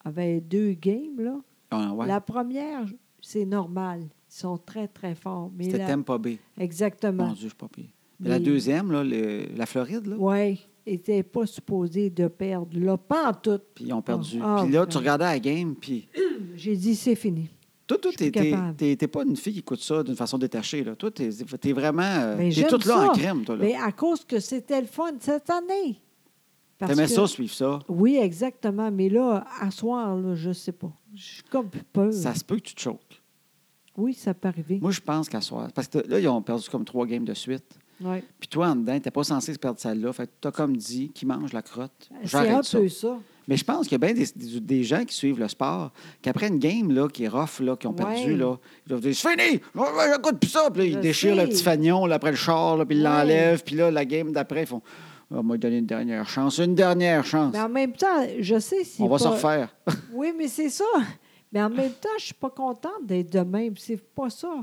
Speaker 2: avec deux games, là.
Speaker 1: Ah, ouais.
Speaker 2: La première, c'est normal. Ils sont très, très forts. Mais
Speaker 1: C'était
Speaker 2: la-
Speaker 1: t'aimes pas B. Mon
Speaker 2: Exactement.
Speaker 1: Dieu, je suis pas pire. Mais la
Speaker 2: Mais-
Speaker 1: deuxième, là, le- la Floride, là,
Speaker 2: Oui. Ils n'étaient pas supposés de perdre, là. Pas en tout.
Speaker 1: puis ils ont perdu.
Speaker 2: Ah, ah,
Speaker 1: puis là, tu
Speaker 2: ouais.
Speaker 1: regardais la game, puis
Speaker 2: J'ai dit, c'est fini.
Speaker 1: Toi, toi,
Speaker 2: Je
Speaker 1: t'es,
Speaker 2: suis
Speaker 1: t'es-
Speaker 2: capable.
Speaker 1: t'es- t'es pas une fille qui écoute ça d'une façon détachée. Là. Toi, t'es, t'es vraiment. euh,
Speaker 2: Mais
Speaker 1: t'es
Speaker 2: j'aime
Speaker 1: toute là
Speaker 2: ça.
Speaker 1: en crème, toi. Là.
Speaker 2: Mais à cause que c'était le fun cette année. Parce
Speaker 1: T'aimais
Speaker 2: que-
Speaker 1: ça, suivre ça.
Speaker 2: Oui, exactement. Mais là, à soir, là, je sais pas. Je suis comme plus peur.
Speaker 1: Ça se peut que tu te choques.
Speaker 2: Oui, ça peut arriver.
Speaker 1: Moi, je pense qu'à soir. Parce que là, ils ont perdu comme trois games de suite.
Speaker 2: Ouais.
Speaker 1: Puis toi, en dedans, t'es pas censé se perdre celle-là. Fait que t'as comme dit, qui mange la crotte.
Speaker 2: C'est un
Speaker 1: J'arrête ça.
Speaker 2: peu ça.
Speaker 1: Mais je pense qu'il y a bien des, des- des gens qui suivent le sport, qu'après une game là, qui est rough, là, qui ont perdu,
Speaker 2: Ouais.
Speaker 1: là, ils doivent dire C'est fini J'écoute plus ça. Puis là, ils
Speaker 2: Je
Speaker 1: déchirent le
Speaker 2: sais.
Speaker 1: petit fanion là, après le char, là, puis ils
Speaker 2: Ouais.
Speaker 1: l'enlèvent. Puis là, la game d'après, ils font Ah, On m'a donné une dernière chance, une dernière chance.
Speaker 2: Mais Ben, en même temps, je sais si.
Speaker 1: On va
Speaker 2: pas-
Speaker 1: se refaire.
Speaker 2: Oui, mais c'est ça. Mais en même temps, je suis pas contente d'être de même. C'est pas ça.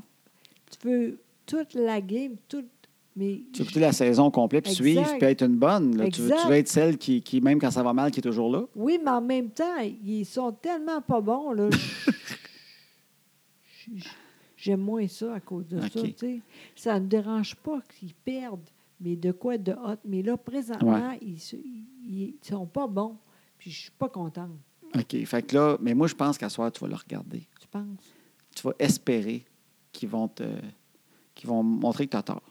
Speaker 2: Tu veux toute la game, toute. Mais
Speaker 1: Tu veux écouter la saison complète, puis
Speaker 2: Exact.
Speaker 1: suivre, puis être une bonne. là. Tu, veux, tu veux
Speaker 2: Exact.
Speaker 1: être celle qui, qui, même quand ça va mal, qui est toujours là.
Speaker 2: Oui, mais en même temps, ils sont tellement pas bons, là. Je- je- J'aime moins ça à cause de ça,
Speaker 1: OK.
Speaker 2: tu sais. Ça ne me dérange pas qu'ils perdent, mais de quoi de hot. Mais là, présentement, ils, se- ils- ils sont pas bons, puis je suis pas contente,
Speaker 1: OK. Fait que là, mais moi, je pense qu'à soir, tu vas le regarder.
Speaker 2: tu penses?
Speaker 1: tu vas espérer qu'ils vont te qu'ils vont montrer que tu as tort.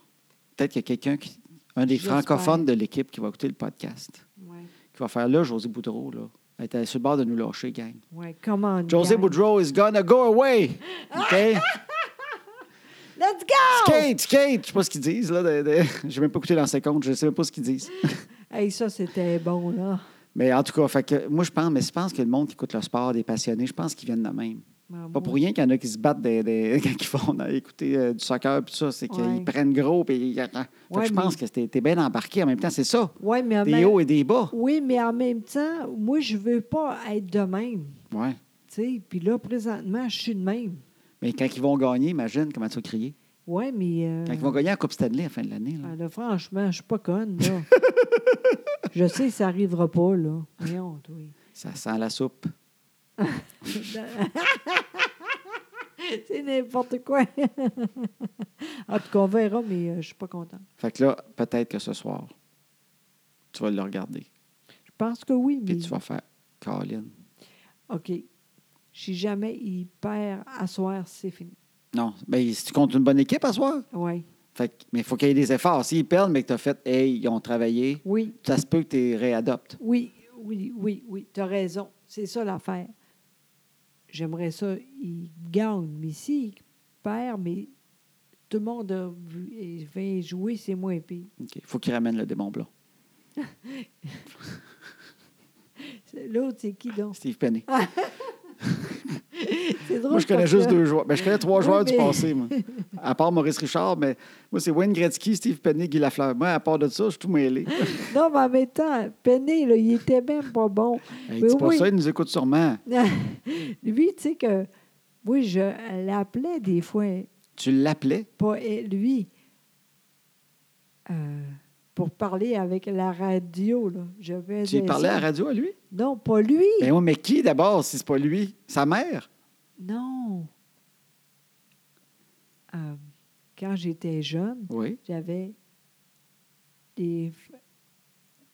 Speaker 1: Peut-être qu'il y a quelqu'un qui. un des
Speaker 2: J'espère.
Speaker 1: francophones de l'équipe qui va écouter le podcast,
Speaker 2: Oui,
Speaker 1: qui va faire là, José Boudreau, là. Elle était sur le bord de nous lâcher, gang.
Speaker 2: oui. Comment
Speaker 1: José
Speaker 2: gang.
Speaker 1: Boudreau is gonna go away. OK?
Speaker 2: Let's go!
Speaker 1: Skate, skate. Je sais pas ce qu'ils disent, là. de- de- J'ai même pas écouté dans ses comptes. Je sais même pas ce qu'ils disent.
Speaker 2: Hey, ça, c'était bon, là.
Speaker 1: Mais en tout cas, fait que moi, je pense, mais je pense que le monde qui écoute le sport, des passionnés, je pense qu'ils viennent de même.
Speaker 2: Ah,
Speaker 1: Pas
Speaker 2: bon.
Speaker 1: pour rien qu'il y en a qui se battent des, des- quand ils font euh, écouter euh, du soccer puis tout ça, c'est qu'ils
Speaker 2: Ouais.
Speaker 1: prennent gros puis ils- Fait que
Speaker 2: Ouais, Ben
Speaker 1: je pense que t'es t'es bien embarqué en même temps, c'est ça.
Speaker 2: Ouais, mais en
Speaker 1: Des
Speaker 2: même-
Speaker 1: hauts et des bas.
Speaker 2: Oui, mais en même temps, moi, je veux pas être de même.
Speaker 1: Ouais.
Speaker 2: tu sais. Puis là, présentement, je suis de même.
Speaker 1: Mais quand ils vont gagner, imagine comment tu vas crier.
Speaker 2: Oui, mais. euh,
Speaker 1: Quand ils vont gagner la Coupe Stanley à la fin de l'année, là.
Speaker 2: ah, là, franchement, je suis pas conne, là. je sais que ça arrivera pas, là. Voyons, oui.
Speaker 1: ça sent la soupe.
Speaker 2: C'est n'importe quoi. en tout cas, on verra, mais euh, je suis pas contente.
Speaker 1: Fait que là, peut-être que ce soir, tu vas le regarder.
Speaker 2: Je pense que oui, mais.
Speaker 1: Puis tu vas faire Colin.
Speaker 2: OK. Si jamais il perd à soir, c'est fini.
Speaker 1: Non, mais si tu comptes une bonne équipe à soir,
Speaker 2: Oui.
Speaker 1: fait que- mais il faut qu'il y ait des efforts. S'ils perdent, mais que tu as fait, hey, ils ont travaillé,
Speaker 2: Oui,
Speaker 1: ça se peut que tu réadoptes.
Speaker 2: oui, oui, oui, oui. Tu as raison. C'est ça l'affaire. J'aimerais ça, il gagne, mais s'il perd, mais tout le monde a vu- et vient jouer, c'est moins pire.
Speaker 1: Il faut qu'ils ramènent le démon blanc.
Speaker 2: C'est- L'autre, c'est qui donc?
Speaker 1: Steve Penny.
Speaker 2: C'est drôle.
Speaker 1: Moi, je connais
Speaker 2: parce
Speaker 1: juste
Speaker 2: Ah, que-
Speaker 1: deux joueurs. Ben, je connais trois
Speaker 2: Oui,
Speaker 1: joueurs du
Speaker 2: mais-
Speaker 1: passé, moi. À part Maurice Richard, mais moi, c'est Wayne Gretzky, Steve Penny, Guy Lafleur. Moi, à part de ça, je suis tout mêlé.
Speaker 2: Non, mais en même temps, Penny, là, il était même pas bon.
Speaker 1: Hey,
Speaker 2: Mais
Speaker 1: dis pas
Speaker 2: oui.
Speaker 1: ça, il nous écoute sûrement.
Speaker 2: lui, tu sais que. Oui, je l'appelais des fois.
Speaker 1: Tu l'appelais?
Speaker 2: pas et- lui euh, pour parler avec la radio. Là. Je vais
Speaker 1: Tu lui
Speaker 2: dire
Speaker 1: parlais à
Speaker 2: ça.
Speaker 1: la radio à lui?
Speaker 2: Non, pas lui.
Speaker 1: Ben oui, mais qui d'abord, si c'est pas lui? Sa mère?
Speaker 2: Non. Euh, quand j'étais jeune,
Speaker 1: Oui.
Speaker 2: j'avais des.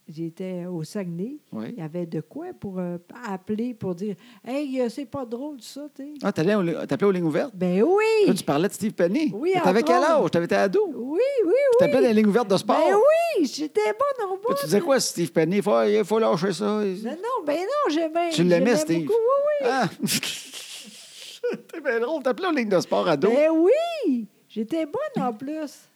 Speaker 2: J'étais au Saguenay.
Speaker 1: Oui.
Speaker 2: Il y avait de quoi pour euh, appeler, pour dire Hey, euh, c'est pas drôle ça, tu sais.
Speaker 1: Ah, t'allais au- t'appelais aux lignes ouvertes?
Speaker 2: Ben oui!
Speaker 1: Là, tu parlais de Steve Penny.
Speaker 2: Oui,
Speaker 1: Mais T'avais
Speaker 2: entre
Speaker 1: quel
Speaker 2: autres.
Speaker 1: âge? T'avais été ado.
Speaker 2: Oui, oui,
Speaker 1: Tu
Speaker 2: oui!
Speaker 1: t'appelais dans les lignes ouvertes de sport.
Speaker 2: Ben oui! J'étais bonne en
Speaker 1: Puis
Speaker 2: bois!
Speaker 1: tu disais quoi, Steve Penny? Il faut, il faut lâcher ça.
Speaker 2: Non, non, ben non, j'aimais.
Speaker 1: Tu l'aimais,
Speaker 2: j'aimais
Speaker 1: Steve?
Speaker 2: beaucoup, Oui,
Speaker 1: Ah! T'es bien drôle. T'appelais aux lignes de sport ado.
Speaker 2: oui. Ben oui! J'étais bonne en plus.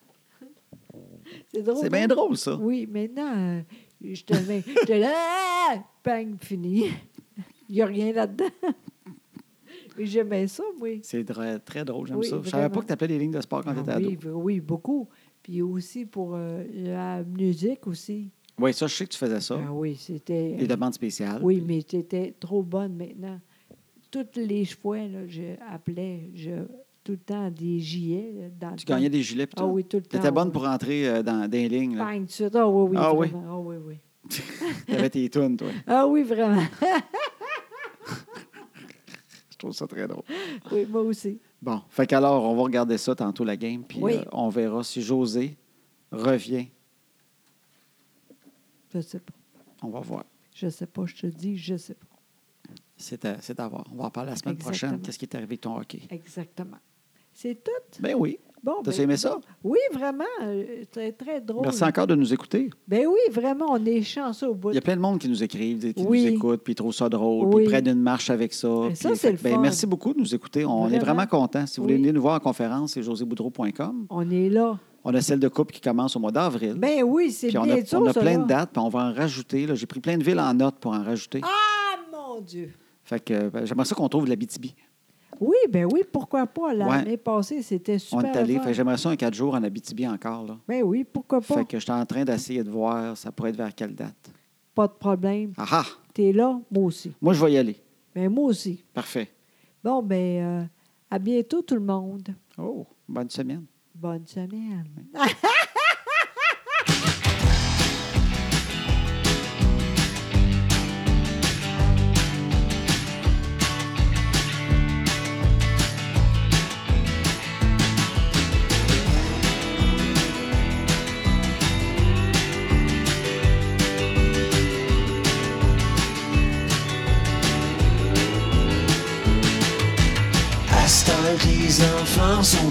Speaker 2: C'est drôle.
Speaker 1: C'est bien
Speaker 2: hein?
Speaker 1: drôle, ça.
Speaker 2: Oui, maintenant, euh, je te mets. Je te là, bang, fini. Il n'y a rien là-dedans. Mais j'aimais ça, oui.
Speaker 1: C'est dra- très drôle, j'aime
Speaker 2: Oui,
Speaker 1: ça. Je savais pas
Speaker 2: vraiment.
Speaker 1: que t'appelais les lignes de sport quand t'étais
Speaker 2: Ah oui,
Speaker 1: ado.
Speaker 2: v- oui, beaucoup. Puis aussi pour euh, la musique aussi.
Speaker 1: Oui, ça, je sais que tu faisais ça.
Speaker 2: Ah oui, c'était.
Speaker 1: Les demandes spéciales.
Speaker 2: Oui, mais j'étais trop bonne maintenant. Toutes les fois, là, je appelais, je, tout le temps des gilets. là, dans
Speaker 1: Tu gagnais des gilets, puis
Speaker 2: Ah
Speaker 1: tout.
Speaker 2: oui, tout le temps.
Speaker 1: T'étais bonne
Speaker 2: oui.
Speaker 1: pour entrer euh, dans, dans les lignes. là.
Speaker 2: Bang, tout de suite. Ah oui, oui,
Speaker 1: Ah oui.
Speaker 2: vraiment. Ah oui, oui.
Speaker 1: T'avais tes tunes, toi.
Speaker 2: Ah oui, vraiment.
Speaker 1: Je trouve ça très drôle.
Speaker 2: oui, moi aussi.
Speaker 1: Bon, fait qu'alors, on va regarder ça tantôt, la game, puis
Speaker 2: Oui.
Speaker 1: euh, on verra si José revient.
Speaker 2: Je sais pas.
Speaker 1: On va voir.
Speaker 2: Je sais pas, je te dis, je sais pas.
Speaker 1: C'est à, c'est à voir. On va en parler la semaine prochaine.
Speaker 2: Exactement.
Speaker 1: Qu'est-ce qui est arrivé avec ton hockey?
Speaker 2: Exactement. C'est tout.
Speaker 1: Ben oui.
Speaker 2: Bon,
Speaker 1: T'as
Speaker 2: ben,
Speaker 1: aimé ça?
Speaker 2: Oui, vraiment. euh, C'est très drôle.
Speaker 1: Merci encore de nous écouter.
Speaker 2: Ben oui, vraiment, on est chanceux au bout.
Speaker 1: Il y a plein de monde qui nous écrivent, qui
Speaker 2: Oui.
Speaker 1: nous écoutent, puis ils trouvent ça drôle, puis
Speaker 2: Oui.
Speaker 1: ils prennent une marche avec ça.
Speaker 2: Et ça,
Speaker 1: puis-
Speaker 2: c'est
Speaker 1: fait
Speaker 2: le
Speaker 1: que, ben,
Speaker 2: fun.
Speaker 1: Merci beaucoup de nous écouter. On est
Speaker 2: Vraiment.
Speaker 1: vraiment contents. Si vous voulez
Speaker 2: Oui.
Speaker 1: venir nous voir en conférence, c'est joséboudreau.com.
Speaker 2: On est là.
Speaker 1: On a celle de coupe qui commence au mois d'avril.
Speaker 2: Ben oui, c'est
Speaker 1: puis on
Speaker 2: bien
Speaker 1: a,
Speaker 2: sûr,
Speaker 1: on a
Speaker 2: ça,
Speaker 1: plein
Speaker 2: là.
Speaker 1: de dates, puis on va en rajouter. là. J'ai pris plein de villes en note pour en rajouter.
Speaker 2: Ah, mon Dieu!
Speaker 1: Fait que euh, ben, j'aimerais ça qu'on trouve de la BTB.
Speaker 2: Oui, ben oui, pourquoi pas. L'année
Speaker 1: Ouais.
Speaker 2: passée, c'était super.
Speaker 1: On est allé.
Speaker 2: le fun.
Speaker 1: Fait que j'aimerais ça un quatre jours en Abitibi encore. Là.
Speaker 2: Ben oui, pourquoi pas.
Speaker 1: Fait que j'étais en train d'essayer de voir, ça pourrait être vers quelle date.
Speaker 2: Pas de problème.
Speaker 1: Ah ah!
Speaker 2: T'es là, moi aussi.
Speaker 1: Moi, je vais y aller.
Speaker 2: Ben moi aussi.
Speaker 1: Parfait.
Speaker 2: Bon, ben, euh, à bientôt tout le monde.
Speaker 1: Oh, bonne semaine.
Speaker 2: Bonne semaine.
Speaker 3: À ce temps que les enfants sont